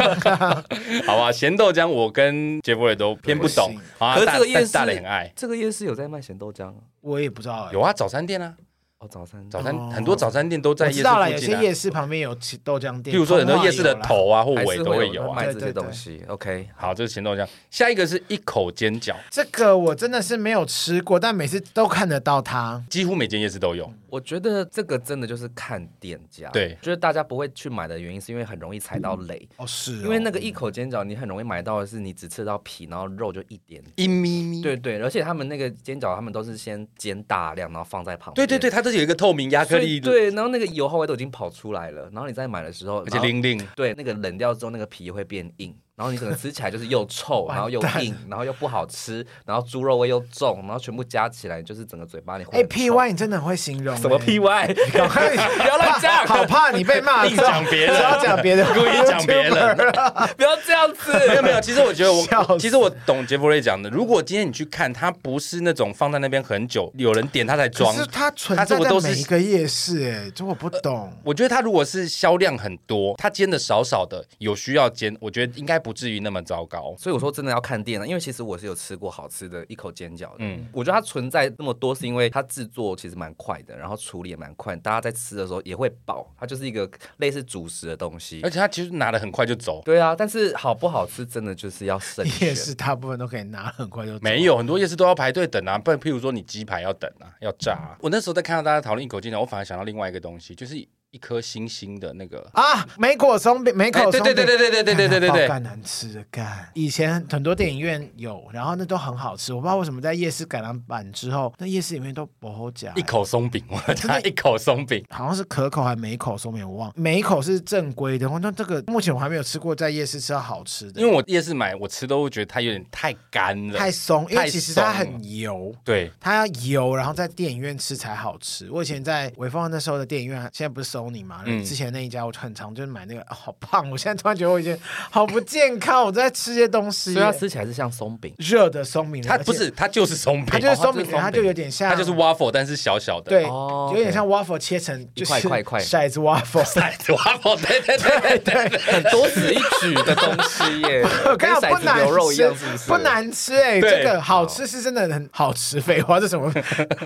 好吧？咸豆浆我跟杰弗瑞都偏不懂不行啊，可是大这个夜但市大磊很爱。这个夜市有在卖咸豆浆啊我也不知道哎、有啊，早餐店啊，哦，早餐早餐哦很多早餐店都在我夜市知道了，有附近些啊。夜市旁边有吃豆浆店，譬如说很多夜市的通化有啦，头啊或还尾是都会会有啊。卖这些对对对东西。OK，好，这是咸豆浆。下一个是一口煎饺，这个我真的是没有吃过，但每次都看得到它。几乎每间夜市都有。我觉得这个真的就是看店家，对就是大家不会去买的原因是因为很容易踩到雷。哦，是哦因为那个一口煎饺，你很容易买到的是你只吃到皮，然后肉就一点。一咪嗯咪，对对，而且他们那个煎饺，他们都是先煎大量，然后放在旁对边。对对，它这是有一个透明亚克所力以的，对，然后那个油耗味都已经跑出来了，然后你再买的时候，而且然后零零。对那个冷掉之后，那个皮会变硬，然后你整个吃起来就是又臭，然后又硬，然后又不好吃，然后猪肉味又重，然后全部加起来就是整个嘴巴里会哎很臭。 P Y，你真的很会形容、哎什么 P Y？赶快不要乱讲好怕你被 骂。硬讲别人只要讲别人，故意讲别人 YouTuber 不要这样子。 没有没有，其实我觉得笑我，死其实我懂杰弗瑞讲的。如果今天你去看，它不是那种放在那边很久，有人点它才可装是。它存它在这个都在是每一个夜市、哎，这我不懂。我觉得它如果是销量很多，它煎的少少的，有需要煎，我觉得应该不至于那么糟糕。所以我说真的要看店了，因为其实我是有吃过好吃的一口煎饺的。嗯嗯，我觉得它存在那么多是因为它制作其实蛮快的，然后处理也蛮快，大家在吃的时候也会饱，它就是一个类似主食的东西而。且它其实拿的很快就走，对啊，但是好不好吃真的就是要慎夜选。市大部分都可以拿，很快就走没。有很多夜市都要排队等啊。不然譬如说你鸡排要等啊，要炸、啊。我那时候在看到大家讨论一口煎饺，我反而想到另外一个东西，就是。一颗星星的那个，啊，梅果松饼，梅口哎松对饼，对对对对对对对对对对干难吃的干。以前很多电影院有，然后那都很好吃，我不知道为什么在夜市改良版之后，那夜市里面都不好夹、一口松饼，哎我加 一口松饼，好像是可口还每口松饼，我忘了，每口是正规的。那这个目前我还没有吃过在夜市吃到好吃的，因为我夜市买，我吃都会觉得它有点太干了，太松，因为太其实它松很油。对。它要油，然后在电影院吃才好吃。我以前在微风那时候的电影院，现在不是 Sony 嘛？嗯之前那一家我很常就是买那个、哦好胖。我现在突然觉得我以前好不健康，我都在吃些东西所以。它吃起来是像松饼。热的松饼，它而且不是，它就是松饼，它就是松饼，哦它就是松饼它就有点像，它就是 waffle，但是小小的。对，哦有点像 waffle 切成就是一块一块一块骰子 waffle。，哎，waffle，对对对对对，很多此一举的东西 耶跟刚好骰啊不子牛肉难一吃样，是不是？不。难吃哎，对这个好吃是真的很好吃。废话，这什么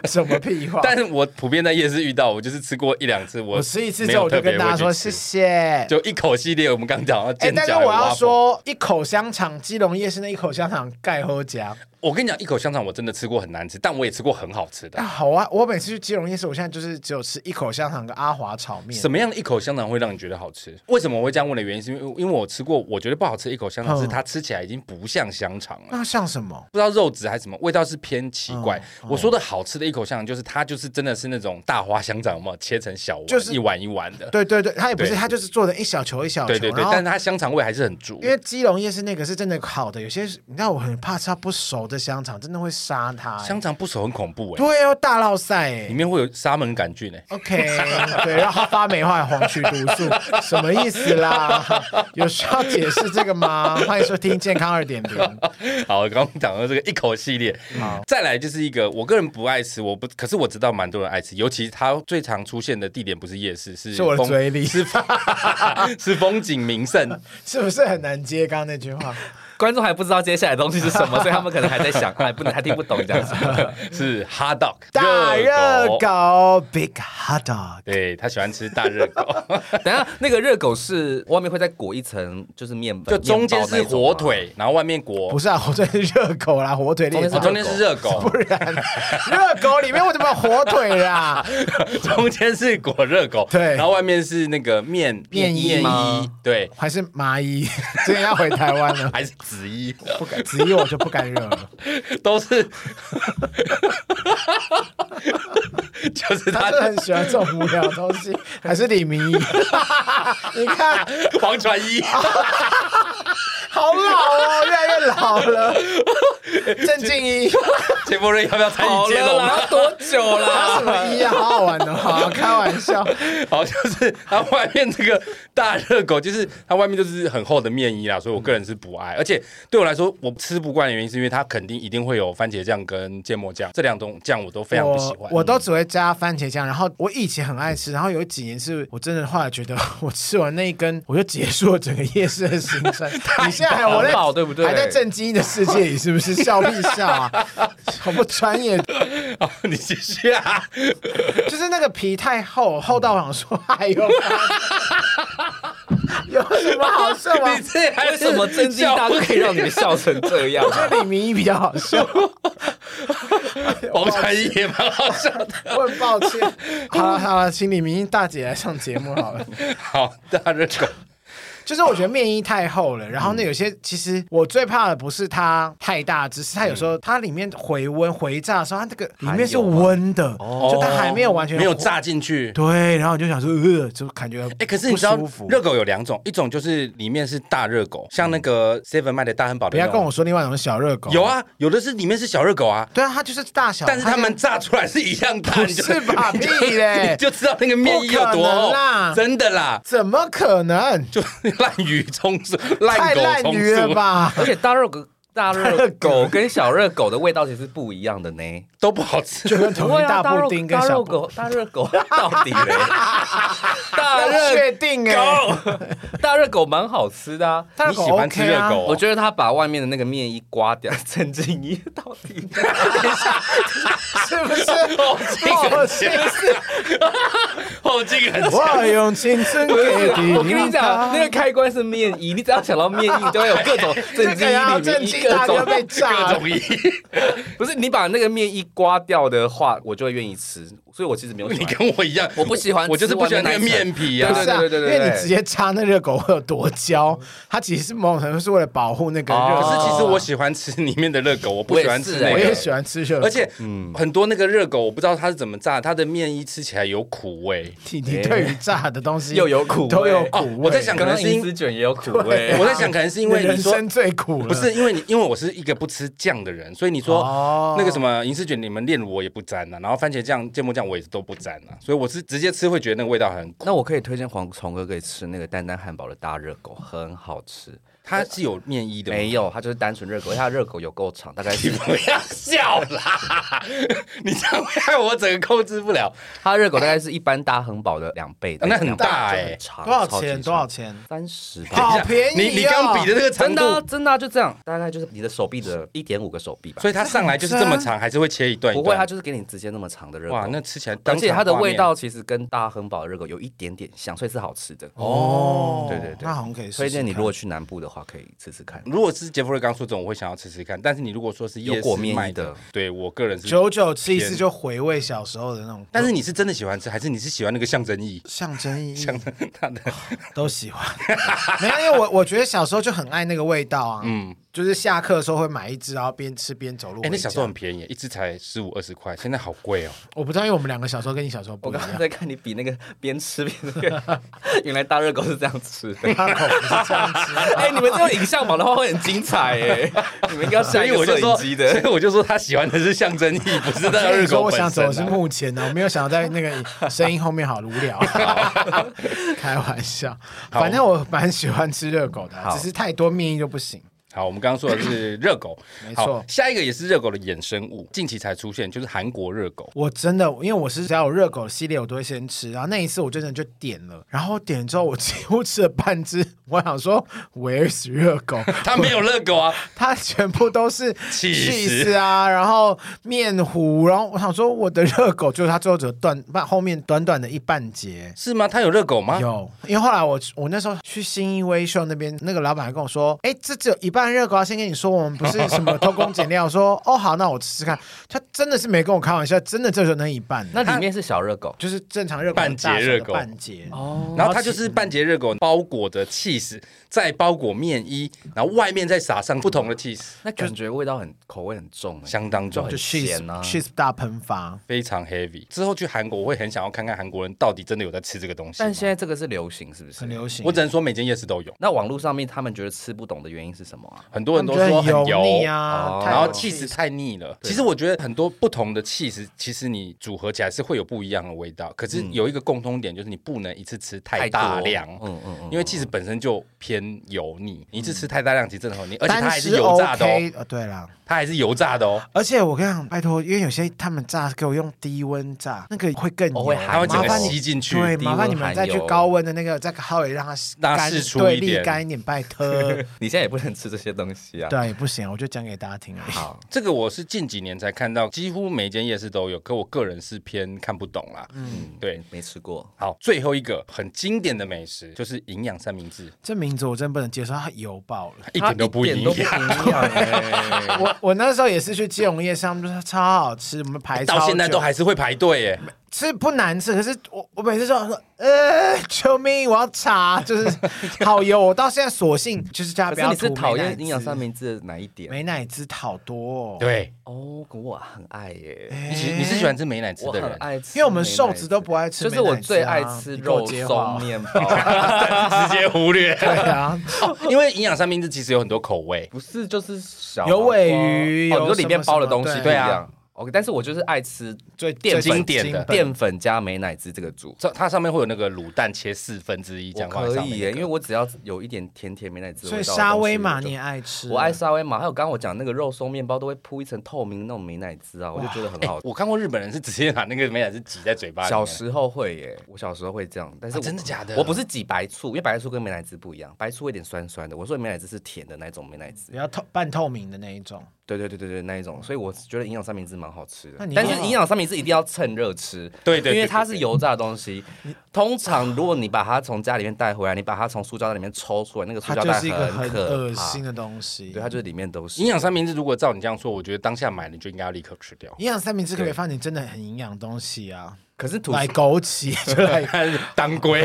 什么屁话？但是我普遍在夜市遇到，我就是吃过一两次，我我吃一次没之后，有我特就别跟大家说会去谢吃谢。就一口系列，我们刚讲到哎煎，但是饺，我要 waffle，说，一口香肠，基隆夜市那一口香肠盖喝夹我跟你讲，一口香肠我真的吃过很难吃，但我也吃过很好吃的啊，。好啊！我每次去基隆夜市，我现在就是只有吃一口香肠跟阿华炒面。什么样的一口香肠会让你觉得好吃？为什么我会这样问的原因，是因为因为我吃过，我觉得不好吃的一口香肠嗯是它吃起来已经不像香肠了。那像什么？不知道肉质还是什么，味道是偏奇怪。嗯我说的好吃的一口香肠，就是它就是真的是那种大花香肠，有没有切成小碗，就是一碗一碗的。对对对，它也不是，对它就是做的一小球一小球，对对对，然后但是它香肠味还是很足因。为基隆夜市那个是真的好的，有些是你知道我很怕吃到不熟的香肠，真的会杀它、欸。香肠不熟很恐怖哎、对哦，大烙赛里哎。面会有沙门杆菌哎、 OK，对，然后它发霉化黄曲毒素，什么意思啦？ 有需要解释这个吗？欢迎收听健康 二点零。好，刚刚讲到这个一口系列，嗯再来就是一个我个人不爱吃，我不，可是我知道蛮多人爱吃，尤其它最常出现的地点不是夜市，是是我的风嘴里是是风景名胜。 是不是很难接刚刚那句话？观众还不知道接下来的东西是什么，所以他们可能还在想，还不能还听不懂这 样子。是 hot dog 大 热狗，Big Hot Dog。对他喜欢吃大热狗， 等一下那个热狗是外面会再裹一层，就是面粉，就中间是面包那种吗火，腿，然后外面不裹，是啊，火腿是热狗啦，火腿中列间哦，肠中间是。是热狗，不 然，热狗里面为什么有火腿啊啦？ 中间是裹热狗，对然后外面是那个面面衣面吗衣，对，还是麻衣？ 今天要回台湾了。还是紫衣， 不敢，子怡我就不敢惹了。都是， 就是 他他是很喜欢这种无聊的东 西，还是李明义？你看，黄传一，好老哦，越来越老了。郑敬 一，杰夫瑞要不要参好与接了龙啊？啦，多久他 什啦？么一啊？好好玩哦，好开玩笑。 好，就是它外面这个大热狗，就是它外面就是很厚的面衣啦，所以我个人是不爱。而且对我来说，我吃不惯的原因是因为它肯定一定会有番茄酱跟芥末酱这两种酱，我都非常不喜我欢。我都只会加番茄酱，然后我以前很爱吃，然后有几年是我真的后来觉得我吃完那一根我就结束了整个夜市的行程。 你现在还我在很饱对不对还在震惊的世界里是不是笑屁笑啊？好不专业， 好，你继续啊。就是那个皮太厚，厚到我想说，哎呦，有什么好啊笑 吗？你这还为什么真金大哥可以让你们笑成这样啊？这李明一比较好笑，黄传一也蛮好笑的。我很抱歉。好了好了，请李明一大姐来上节目好了。好，大热狗，就是我觉得面衣太厚了，嗯然后呢，有些其实我最怕的不是它太大，只是它有时候它里面回温回炸的时候，它这个里面是温的， 嗯就它还没有完全哦没有。炸进去。对，然后我就想说，呃，就感觉哎、可是你知道不舒服热狗有两种，一种就是里面是大热狗，像那个 Seven 卖的大汉堡的不那要种，跟我说另嗯外一种小热狗，有，啊，有的是里面是小热狗啊，对啊，它就是大小，但是他们它炸出来是一样大，不你就是吧你就屁嘞你就知道那个面衣有不多可能厚啦真的啦，就怎么可能？就滥竽充数，烂太狗烂充鱼了数吧！ 而且大热狗、大热狗跟小热狗的味道其实不一样的呢。都不好吃就。跟同一大布丁跟大小热布狗、大热狗到 底嘞？ 大要热确定哎，狗，大热狗蛮好吃的啊。大你喜欢吃 OK 热啊狗、我觉得他把外面的那个面衣刮掉， 陈静怡到底啊是 不是？哦我是不是？后劲哦很强。我用青春给 你。我跟你讲，那个开关是面衣，你只要想到面衣，你就会有各种 这震惊个要里震面惊一大各 啊哥 种。被炸各了。种一，不是你把那个面衣刮掉的话，我就会愿意吃。所以我其实没有喜你欢。跟我一样，我不喜欢我就是不喜欢那吃个外面奶面皮对啊对。对对对对因为你直接插那热狗会有多焦，它其实是某种程度是为了保护那个热狗。可哦是其实我喜欢吃里面的热狗，我不喜欢吃我啊那我个也。喜欢吃热狗，而且嗯很多那个热狗，我不知道它是怎么炸，它的面衣吃起来有苦味。你你对于炸的 东西又有苦味都有苦哦味。我在想可能刚刚是因银丝卷也有苦 味，我在想，可能是因为人你说生最苦了，不是因为你，因为我是一个不吃酱的人，所以你说哦那个什么银丝卷，你们炼乳我也不沾呐、啊然后番茄酱、芥末酱我也都不沾呐、所以我是直接吃会觉得那个味道很苦。那我可以推荐蝗虫哥可以吃那个丹丹汉堡的大热狗，很好吃。它是有面衣的吗，没有，它就是单纯热狗，而且它热狗有够长，大概你是不要笑啦！ 你这样会害我整个控制不了。它热狗大概是一般大亨堡的两倍，那很大哎、欸很长多少钱？多少？钱？三十等一好下便宜你你刚比的这个长啊真的啊度，真的啊就这样，大概就是你的手臂的一点五个手臂吧。所以它上来就是这么长，还是会切一段一啊不会，它段。就是给你直接那么长的热狗。哇，那吃起来当而场且它的挂面味道其实跟大亨堡的热狗有一点点像，所以是好吃的。哦，对对对，那好像可以试试推荐你，看如果去南部的话，可以吃吃看。如果是杰弗瑞刚说这种，我会想要吃吃看。但是你如果说是夜有市裹面衣卖的，对我个人是。久久吃一次就回味小时候的那种，但是你是真的喜欢吃，还是你是喜欢那个象征意义？象征意 义象征它的都喜欢。 没有，因为我我觉得小时候就很爱那个味道啊，嗯，就是下课的时候会买一只，然后边吃边走路哎、回那家。小时候很便宜，一只才十五二十块，现在好贵哦。我不知道，因为我们两个小时候跟你小时候不我一刚样刚。在看你比那 个边吃边那个， 原来大热狗是这样吃 的。他口不是这样吃，哎、你们这种影像榜的话会很精彩哎、你们应该 要所下一以我个就摄说，影机 所。的以我就说他喜欢的是象征意，不是 那所以日你说狗我本想走的是身、啊。目前的，我没有想到在那个声音后面好无 聊，开玩笑。好反正我蛮喜欢吃热狗的啊，好只是太多面意就不行。好，我们刚刚说的是热狗，没好错下一个也是热狗的衍生物，近期才出现，就是韩国热狗。我真的，因为我是只要有热狗系列，我都会先吃。然后那一次我真的就点了，然后点之后我几乎吃了半只。我想说，Where's 热狗？它没有热狗啊， 它全部都是 Cheese 丝啊，然后面糊，然后我想说我的热狗就是它最后只有断半后面短短的一半截。是吗？它有热狗吗？有，啊因为后来我我那时候去新一微秀那边，那个老板还跟我说，哎，这只有一半热狗啊，先跟你说，我们不是什么偷工减料。我说哦好，那我吃吃看。他真的是没跟我开玩笑，真的就只有那一半。那里面是小热狗，就是正常热狗半截大小的热狗半截哦然后它就是半截热狗包裹着 cheese，再包裹面衣，然后外面再撒上不同的 cheese，那感觉味道很口味很重哎、相当重很就 cheese 咸啊 cheese 大喷发，非常 heavy。之后去韩国，我会很想要看看韩国人到底真的有在吃这个东西吗。但现在这个是流行是不是很？流行。我只能说每间夜市都有，那网络上面他们觉得吃不懂的原因是什么啊？ 很多人他都们觉说得很很油腻啊哦，太然后油 cheese 太腻了。其实我觉得很多不同的 cheese，其实你组合起来是会有不一样的味道。可是有一个共通点，就是你不能一次吃太大多量，嗯嗯嗯，因为 cheese 本身就偏油腻，你一次吃太大量其实真的很油腻，而且它单还是吃油炸的哦， OK，呃，对啦。它还是油炸的哦。而且我跟你讲，拜托，因为有些他们炸给我用低温炸，那个会更油，啊哦会它含会整麻个烦吸你进去，对，低麻烦温你们含再去油高温的那个，再稍微让它让它干释出对一点沥干一点，拜 托。你现在也不能吃这些东西啊。对啊，也不行，我就讲给大家听而已。好，这个我是近几年才看到，几乎每间夜市都有，可我个人是偏看不懂啦。嗯，对。没吃过。好，最后一个很经典的美食就是营养三明治，这名字我真不能接受，它油爆了。一点都不它营一点都不养。营养 哎我我那时候也是去基隆夜市，他们就说超好吃，我们哎排到超现在久都还是会排队耶，吃不难吃，可是我我每次都想说，呃，救命，我要查， 就是好油。我到现在索性就是叫他可不是要你是涂讨美乃厌滋营养三明治的哪一点？美乃滋好多、哦，，对，哦，可我很爱耶、你是你是喜欢吃美乃滋我的很人，爱吃，因为我们瘦子都不爱吃就美是我乃滋啊最爱吃你给我肉接话松面包，啊 直接忽略。 对啊，因为营养三明治其实有很多口味， 不是就是小有黄瓜尾鱼哦，有你说里什面么包的什么东西对啊不一样。OK，但是我就是爱吃最淀最粉经典 的本淀粉加美乃滋这个组。这它上面会有那个卤蛋切四分之一这我样放在可上面那以个。耶，因为我只要有一点甜甜美乃滋的所以味道的东西，沙威玛我就你也爱吃，我爱。沙威玛，还有刚刚我讲那个肉松面包都会铺一层透明的那种美乃滋啊，我就觉得很好吃。哎我看过日本人是直接把那个美乃滋挤在嘴巴里面。小时候会耶，我小时候会这样，但啊是我、真的假的我不是挤白醋，因为白醋跟美乃滋不一样，白醋有点酸酸的。我说的美乃滋是甜的那一种美乃滋比，较透半透明的那一种，对对对对对那一种，所以我觉得营养三明治蛮好吃那的你。但是营养三明治一定要趁热吃，对对对因为它是油炸的东西。通常如果你把它从家里面带回来，你把它从塑胶袋里面抽出来，那个塑它胶就袋是一个很很可恶怕心。的东西。对，它就是里面都是营养三明治，如果照你这样说，我觉得当下买你就应该要立刻吃掉。营养三明治可不可以放点真的很营养的东西啊？可是吐来枸杞 就来， 当归。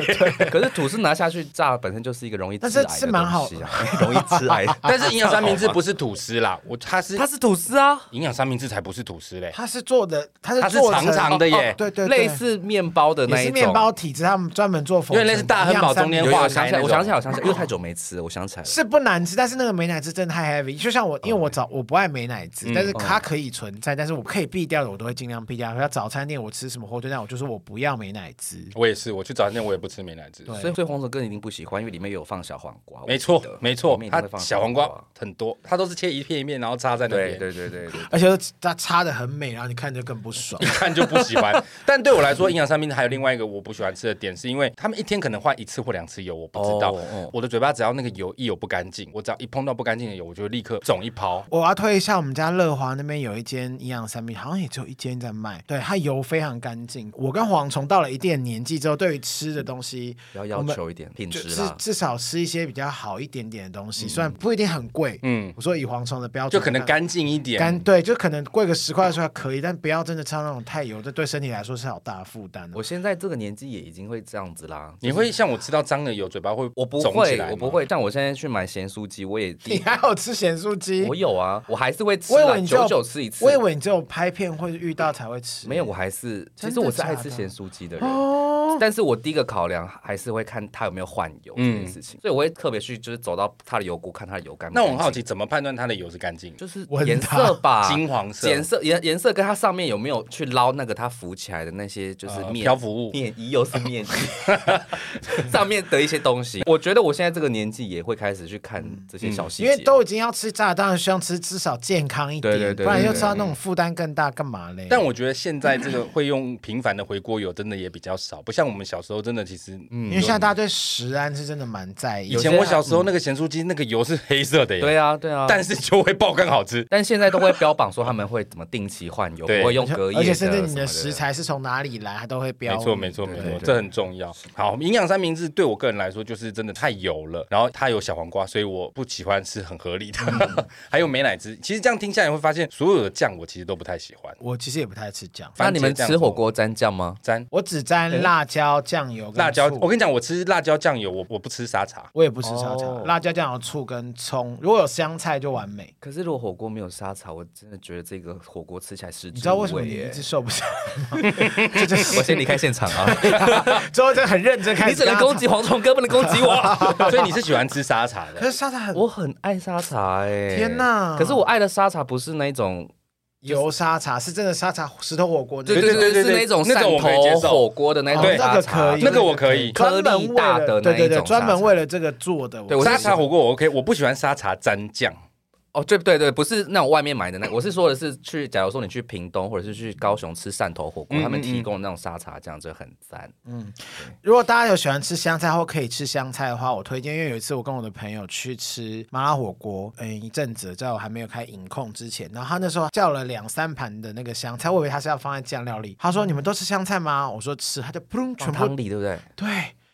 可是吐司拿下去炸，本身就是一个容易致但癌是的东是蛮好 西啊，容易致癌。但是营养三明治不是吐司啦，我它是啊它是吐司啊，营养三明治才不是吐司嘞，它是做的，它是它是做成哦长长的耶，对对对类似面包的那也一是种。面包体质，他们专门做有粉，点类似大亨堡中间有有化我开想起来，那我想起来，种。我想起来，因为太久没吃了，我想起来 了。是不难吃，但是那个美乃滋真的太 heavy。就像我，因为我早我不爱美乃嗯滋，但是它可以存在，但是我可以避掉的，我都会尽量避掉。像早餐店我吃什么火腿蛋，我就说我不要美乃滋。我也是，我去早餐店我也不吃美乃滋，对所以所以黄总哥一定不喜欢，因为里面有放小黄瓜。我哎没记错得没错里面，一它定会放小黄瓜很多，它都是切一片一片，然后插在那对边。对对对对， 而且它擦的很美，然后你看着更不爽一。 看就不喜欢。但对我来说，营养三明治还有另外一个我不喜欢吃的点，是因为他们一天可能换一次或两次油，我不知道。哦哦我的嘴巴只要那个油一有不干净，我只要一碰到不干净的油，我就立刻肿一泡。我要推一下我们家乐华那边有一间营养三明，好像也只有一间在卖。对，它油非常干净。我跟蝗虫到了一定的年纪之后，对于吃的东西要要我们求一点嗯品就质至啦。至少吃一些比较好一点点的东西，虽然不一定很贵。嗯，我说以蝗虫的哦标就准，可能干净一点。干对，就可能贵个十块的时候还可以，但不要真的吃到那种太油，这对身体来说是好大的负担哦的我。现在这个年纪也已经会这样子啦。你会像我吃到脏的油，嘴巴会我不肿起会来，吗我不。会。像我现在去买咸酥鸡，我也你还有吃咸酥鸡我？有啊，我还是会吃我以啦，为你只久有久吃一次。我以为你只有拍片或者遇到才会吃。没有，我还是其真实的我是爱假吃的咸酥鸡的人。哦但是我第一个考量还是会看它有没有换油这件事情，所以我会特别去就是走到它的油锅看它的油干嗯不那干我净。很好奇，怎么判断它的油是干净？就是闻颜它色吧，金黄哦色颜色颜颜色跟它上面有没有去捞那个它浮起来的那些就是呃面、漂浮物面衣又是面衣 上面的一些东西。我觉得我现在这个年纪也会开始去看这些小嗯细因节，为都已经要吃炸，当然希望吃至少健康一点，对对对不然对又对嗯吃到那种负担更大，干嘛嘞？但我觉得现在这个会用频繁的回锅油真的也比较少，不像我们小时候真的其实，嗯因为现在大家对食安是真的蛮在意以的。前我小时候那个咸酥鸡那个油是黑色的耶，对啊对啊，但是就会爆肝好吃。但现在都会标榜说他们会怎么定期换 油，对不会用隔夜而且甚至什你么的食材是从哪里来，它都会标没明。错，没错，没对错，对这很重要。好，营养三明治对我个人来说就是真的太油了，然后它有小黄瓜，所以我不喜欢吃，很合理嗯的。 还有美乃滋，其实这样听下来会发现，所有的酱我其实都不太喜欢。我其实也不太吃酱，那你们番茄酱吃火锅沾酱吗？沾我只沾辣椒、酱油、辣椒，哦我跟你讲，我吃辣椒酱油，我我不吃沙 茶。我也不吃沙茶哦，辣椒酱油、醋跟葱，如果有香菜就完美。可是如果火锅没有沙茶，我真的觉得这个火锅吃起来是你知道为什么你一直瘦不下 来吗？这就是我先离开现场啊！ 之后就很认真开你始只跟能他攻吵。击黄虫哥，不能攻 击我。所以你是喜欢吃沙茶可 的？是沙茶很我很爱沙茶哎、天哪可是我爱的沙茶不是那种，油沙茶，是真的沙茶石头火锅那对种，对对对是那种那种汕我可以接头受火锅的那哦种那沙个茶可以，，那个我可以专门为颗粒大的了对那一种对对，专沙门茶为了这个做的。对我是沙茶火锅我 OK，我不喜欢沙茶沾酱。哦，对对对，不是那种外面买的那，我是说的是去，假如说你去屏东或者是去高雄吃汕头火锅，嗯他们提嗯供的那种沙茶酱就很赞。如果大家有喜欢吃香菜或可以吃香菜的话，我推荐。因为有一次我跟我的朋友去吃麻辣火锅，嗯，一阵子在我还没有开饮控之前，然后他那时候叫了两三盘的那个香菜，我以为他是要放在酱料里。他说：“你们都吃香菜吗？”我说：“吃。”他就扑通全放部汤里对不对？对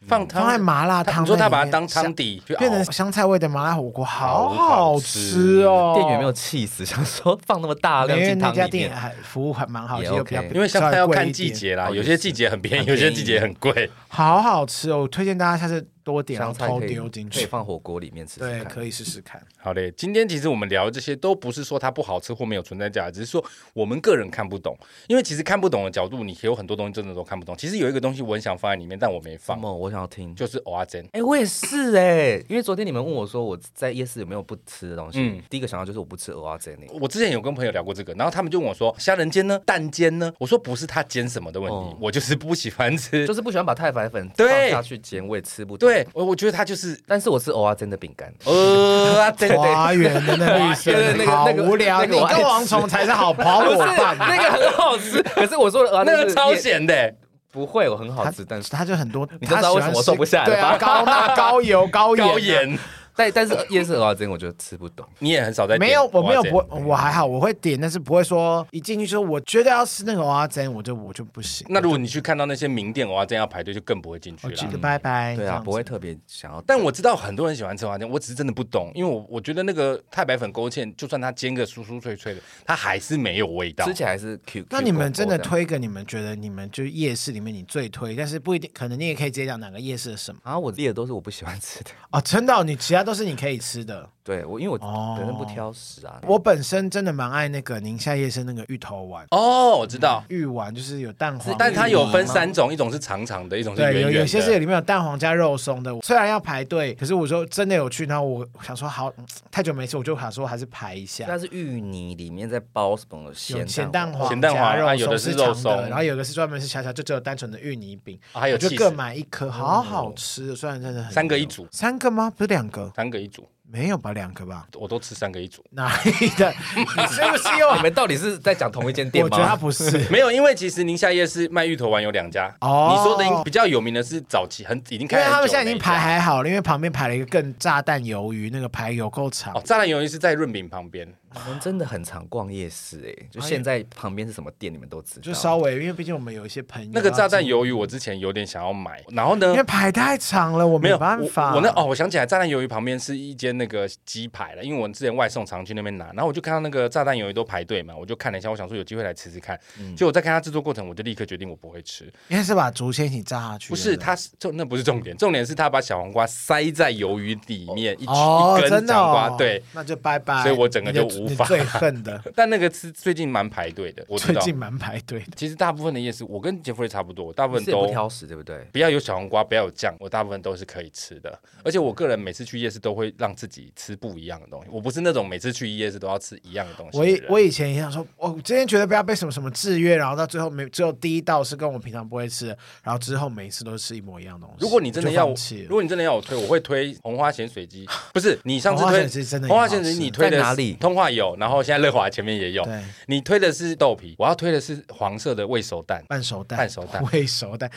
放嗯放在汤，麻辣他汤你里面，说他把它当汤香底去熬变成香菜味的麻辣火锅，好好好好吃吃哦！店员有没有气死，想说放那么大因量为进那汤家里店啊面。还服务还蛮好，也只有比较 OK 因为香菜要稍微贵看一季点节啦，哦有也些季节很便宜，有些季节很贵。好好吃哦！我推荐大家下次多点，然香后菜偷可以丢进可以去。放火锅里面吃吃对，看。可以试试看。好嘞，今天其实我们聊这些都不是说它不好吃或没有存在价值，只是说我们个人看不懂。因为其实看不懂的角度，你有很多东西真的都看不懂。其实有一个东西我很想放在里面，但我没放放，嗯梦，我想要听。就是蚵仔煎。哎、我也是哎、因为昨天你们问我说我在夜市有没有不吃的东西，嗯第一个想到就是我不吃蚵仔煎欸我之前有跟朋友聊过这个，然后他们就问我说：“虾仁煎呢？蛋煎呢？”我说：“不是它煎什么的问题哦，我就是不喜欢吃就。是不喜欢把太白粉放对下去煎，我也吃不”懂。对，我我觉得它就是但是我吃蚵仔煎的饼干，呃，啊对对对花园的那绿色对对对那个好那个无聊。那你个我爱跟王虫才是好跑伙伴。那个很好吃。 可是我说的蚵仔那煎个是超也咸的。不会，我很好吃，但是他就很多，你都知道他喜为欢什么吃我瘦不下来对了吧啊，高钠、高油、高盐、高盐，但但是夜市蚵仔煎我就吃不懂。你也很少在点没有，我没有蚵仔不煎会，我还好，我会点，但是不会说一进去说我绝对要吃那个蚵仔煎，我就我就不行。那如果你去看到那些名店，哇，真要排队就更不会进去我了记。得拜拜，对哎这啊，样不会特别想要。但我知道很多人喜欢吃花煎，我只是真的不懂，因为我我觉得那个太白粉勾芡，就算它煎个酥酥脆脆的，它还是没有味道吃。起来是 Q。那你们真的推一个你们觉得你们就夜市里面你最推，但是不一定，可能你也可以直接讲哪个夜市的什么啊？我列的都是我不喜欢吃的。哦，真的哦、你其他都是你可以吃的。对我，因为哦我本身不挑食啊。我本身真的蛮爱那个宁夏夜市那个芋头丸，哦，我知道，芋丸就是有蛋黄，但它有分三种，一种是长长的，一种是圆嗯对，有圆的。有些是里面有蛋黄加肉松的，虽然要排队，可是我说真的有去，然后我想说好嗯太久没吃，我就想说还是排一下。它是芋泥里面在包什么有咸咸蛋蛋黄、咸蛋黄加肉啊松有的是是肉长松的，然后有的是专门是小小，就只有单纯的芋泥饼，啊还有我就 cheese 各买一颗，好好吃，虽然真的很三个一组，三个吗？不是两个，三个一组，没有吧？两个吧？我都吃三个一组。哪里 的？你是不是又？啊你们到底是在讲同一间店我吗？觉得它不是。没有，因为其实宁夏夜市卖芋头丸有两家。哦你说的比较有名的是早期很已经因开为很久他的那们一现家，在已经排还好了，因为旁边排了一个更炸弹鱿鱼，那个排有够长哦，。炸弹鱿鱼是在润饼旁嗯边。我们真的很常逛夜市哎、就现在旁边是什么店你们都知道。就稍微，因为毕竟我们有一些朋友那个炸弹要鱿鱼我之前有点想要买，然后呢进，因为排太长了，我没有办法。我。我那哦，我想起来，炸弹鱿鱼旁边是一间那个鸡排了，因为我之前外送常去那边拿，然后我就看到那个炸弹鱿鱼都排队嘛，我就看了一下，我想说有机会来吃吃看。嗯就我在看它制作过程，我就立刻决定我不会吃。应该是把竹签一起炸下去。不是，对对它是就那不是重点，重点是它把小黄瓜塞在鱿鱼里面一、哦，一真根的小黄哦瓜，对。，那就拜拜。所以我整个就你的无法你最恨的，但那个是最近蛮排队 的，我知最道。近蛮排队的。其实大部分的夜市，我跟杰弗瑞差不多，我大部分你是也不都挑食对不对？不要有小黄瓜，不要有酱，我大部分都是可以吃的。而且我个人每次去夜市都会让自己吃不一样的东西，我不是那种每次去夜市都要吃一样的东西我的人。以我以前也想说，我今天觉得不要被什么什么制约，然后到最后没只有第一道是跟我平常不会吃的，然后之后每一次都吃一模一样的东西。如果你真的要我就我放弃，了如果你真的要我推，我会推红花咸水鸡，不是你上次红花推咸水鸡真的红花很好咸水鸡，吃你推的在哪是里通化有，然后现在乐华前面也有对，你推的是豆皮，我要推的是黄色的未熟 蛋、半熟蛋、半熟蛋、未熟蛋，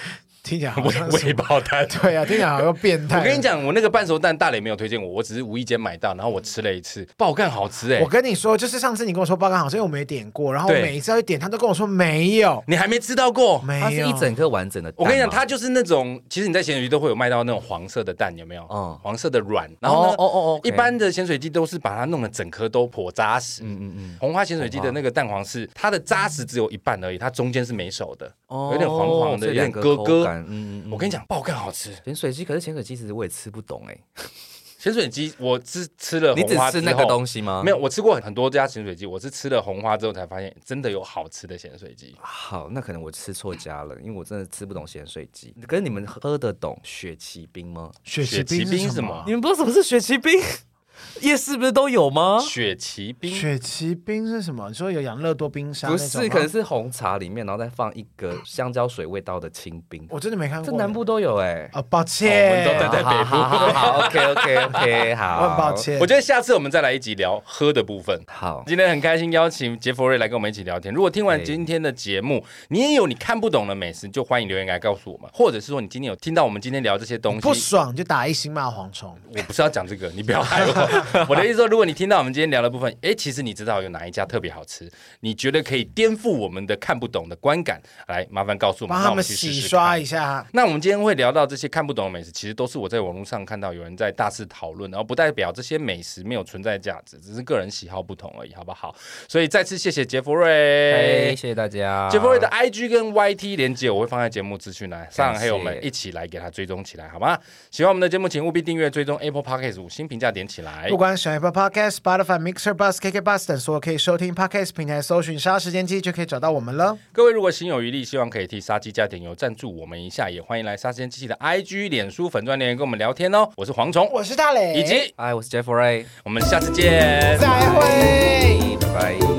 听起来好 未像未是爆 蛋。对啊，听起来好像变态。我跟你。讲，我那个半熟蛋大磊没有推荐我，我只是无意间买到，然后我吃了一次，爆干好吃哎、我跟你说，就是上次你跟我说爆肝好吃，因为我没点过，然后我对每一次要去点，他都跟我说没有，你还没吃到过？没有，它是一整颗完整的蛋我吗。跟你讲，它就是那种，其实你在咸水鸡都会有卖到那种黄色的蛋，有没有？嗯黄色的卵。然后呢，哦哦哦，OK 一般的咸水鸡都是把它弄得整颗都颇扎实。嗯嗯嗯。红花咸水鸡的那个蛋黄是它的扎实只有一半而已，它中间是没熟的，哦有点黄黄的，所有以点两咯个口咯。感嗯嗯嗯。我跟你讲，爆更好吃。咸水鸡，可是咸水鸡其实我也吃不懂哎。咸水鸡我是吃了你红只花吃之那个后。东西吗？没有，我吃过很多家咸水鸡，我是吃了红花之后才发现，真的有好吃的咸水鸡。好，那可能我吃错家了，因为我真的吃不懂咸水鸡。可是你们喝得懂雪奇冰吗？啊雪雪冰奇冰是什什么么你？们不知道什么是雪奇冰？夜市不是都有吗？雪奇冰雪奇冰是什么？你说有养乐多冰沙不那种吗是，可能是红茶里面，然后再放一个香蕉水味道的清冰。我真的没看过这耶。南部都有哎、啊，抱哦我们都歉，在北部好好好好好，OK OK OK，好，我很抱。歉。我觉得下次我们再来一集聊喝的部分。好，今天很开心邀请杰佛瑞来跟我们一起聊天。如果听完今天的节目，你也有你看不懂的美食，就欢迎留言来告诉我们，或者是说你今天有听到我们今天聊这些东不西。爽就打一星骂蝗虫。我不是要讲这个，你不要害 我。我的意思说，如果你听到我们今天聊的部分，诶，其实你知道有哪一家特别好吃，你觉得可以颠覆我们的看不懂的观感，来麻烦告诉我们，帮让他我们们去试洗试看刷一下。那我们今天会聊到这些看不懂的美食，其实都是我在网络上看到有人在大肆讨论，然后不代表这些美食没有存在价值，只是个人喜好不同而已，好不好？所以再次谢谢杰弗哎，瑞谢。谢大家。杰弗瑞的 IG 跟 YT 连接我会放在节目资讯栏，上感谢还有我们一起来给他追踪起来，好吗？喜欢我们的节目，请务必订阅、追踪 Apple Podcast 五星评价点起来不。管是 Apple Podcast、Spotify、Mixer、Bus、KK Bus 等所有可以收听 Podcast 平台，搜寻“杀时间机”就可以找到我们了。各位如果心有余力，希望可以替杀鸡加点油赞助我们一下，也欢迎来杀时间机器的 IG、脸书粉专留言跟我们聊天哦。我是蝗虫，我是大磊，以及嗨，我是 Jeffrey，我们下次见。再会。拜拜。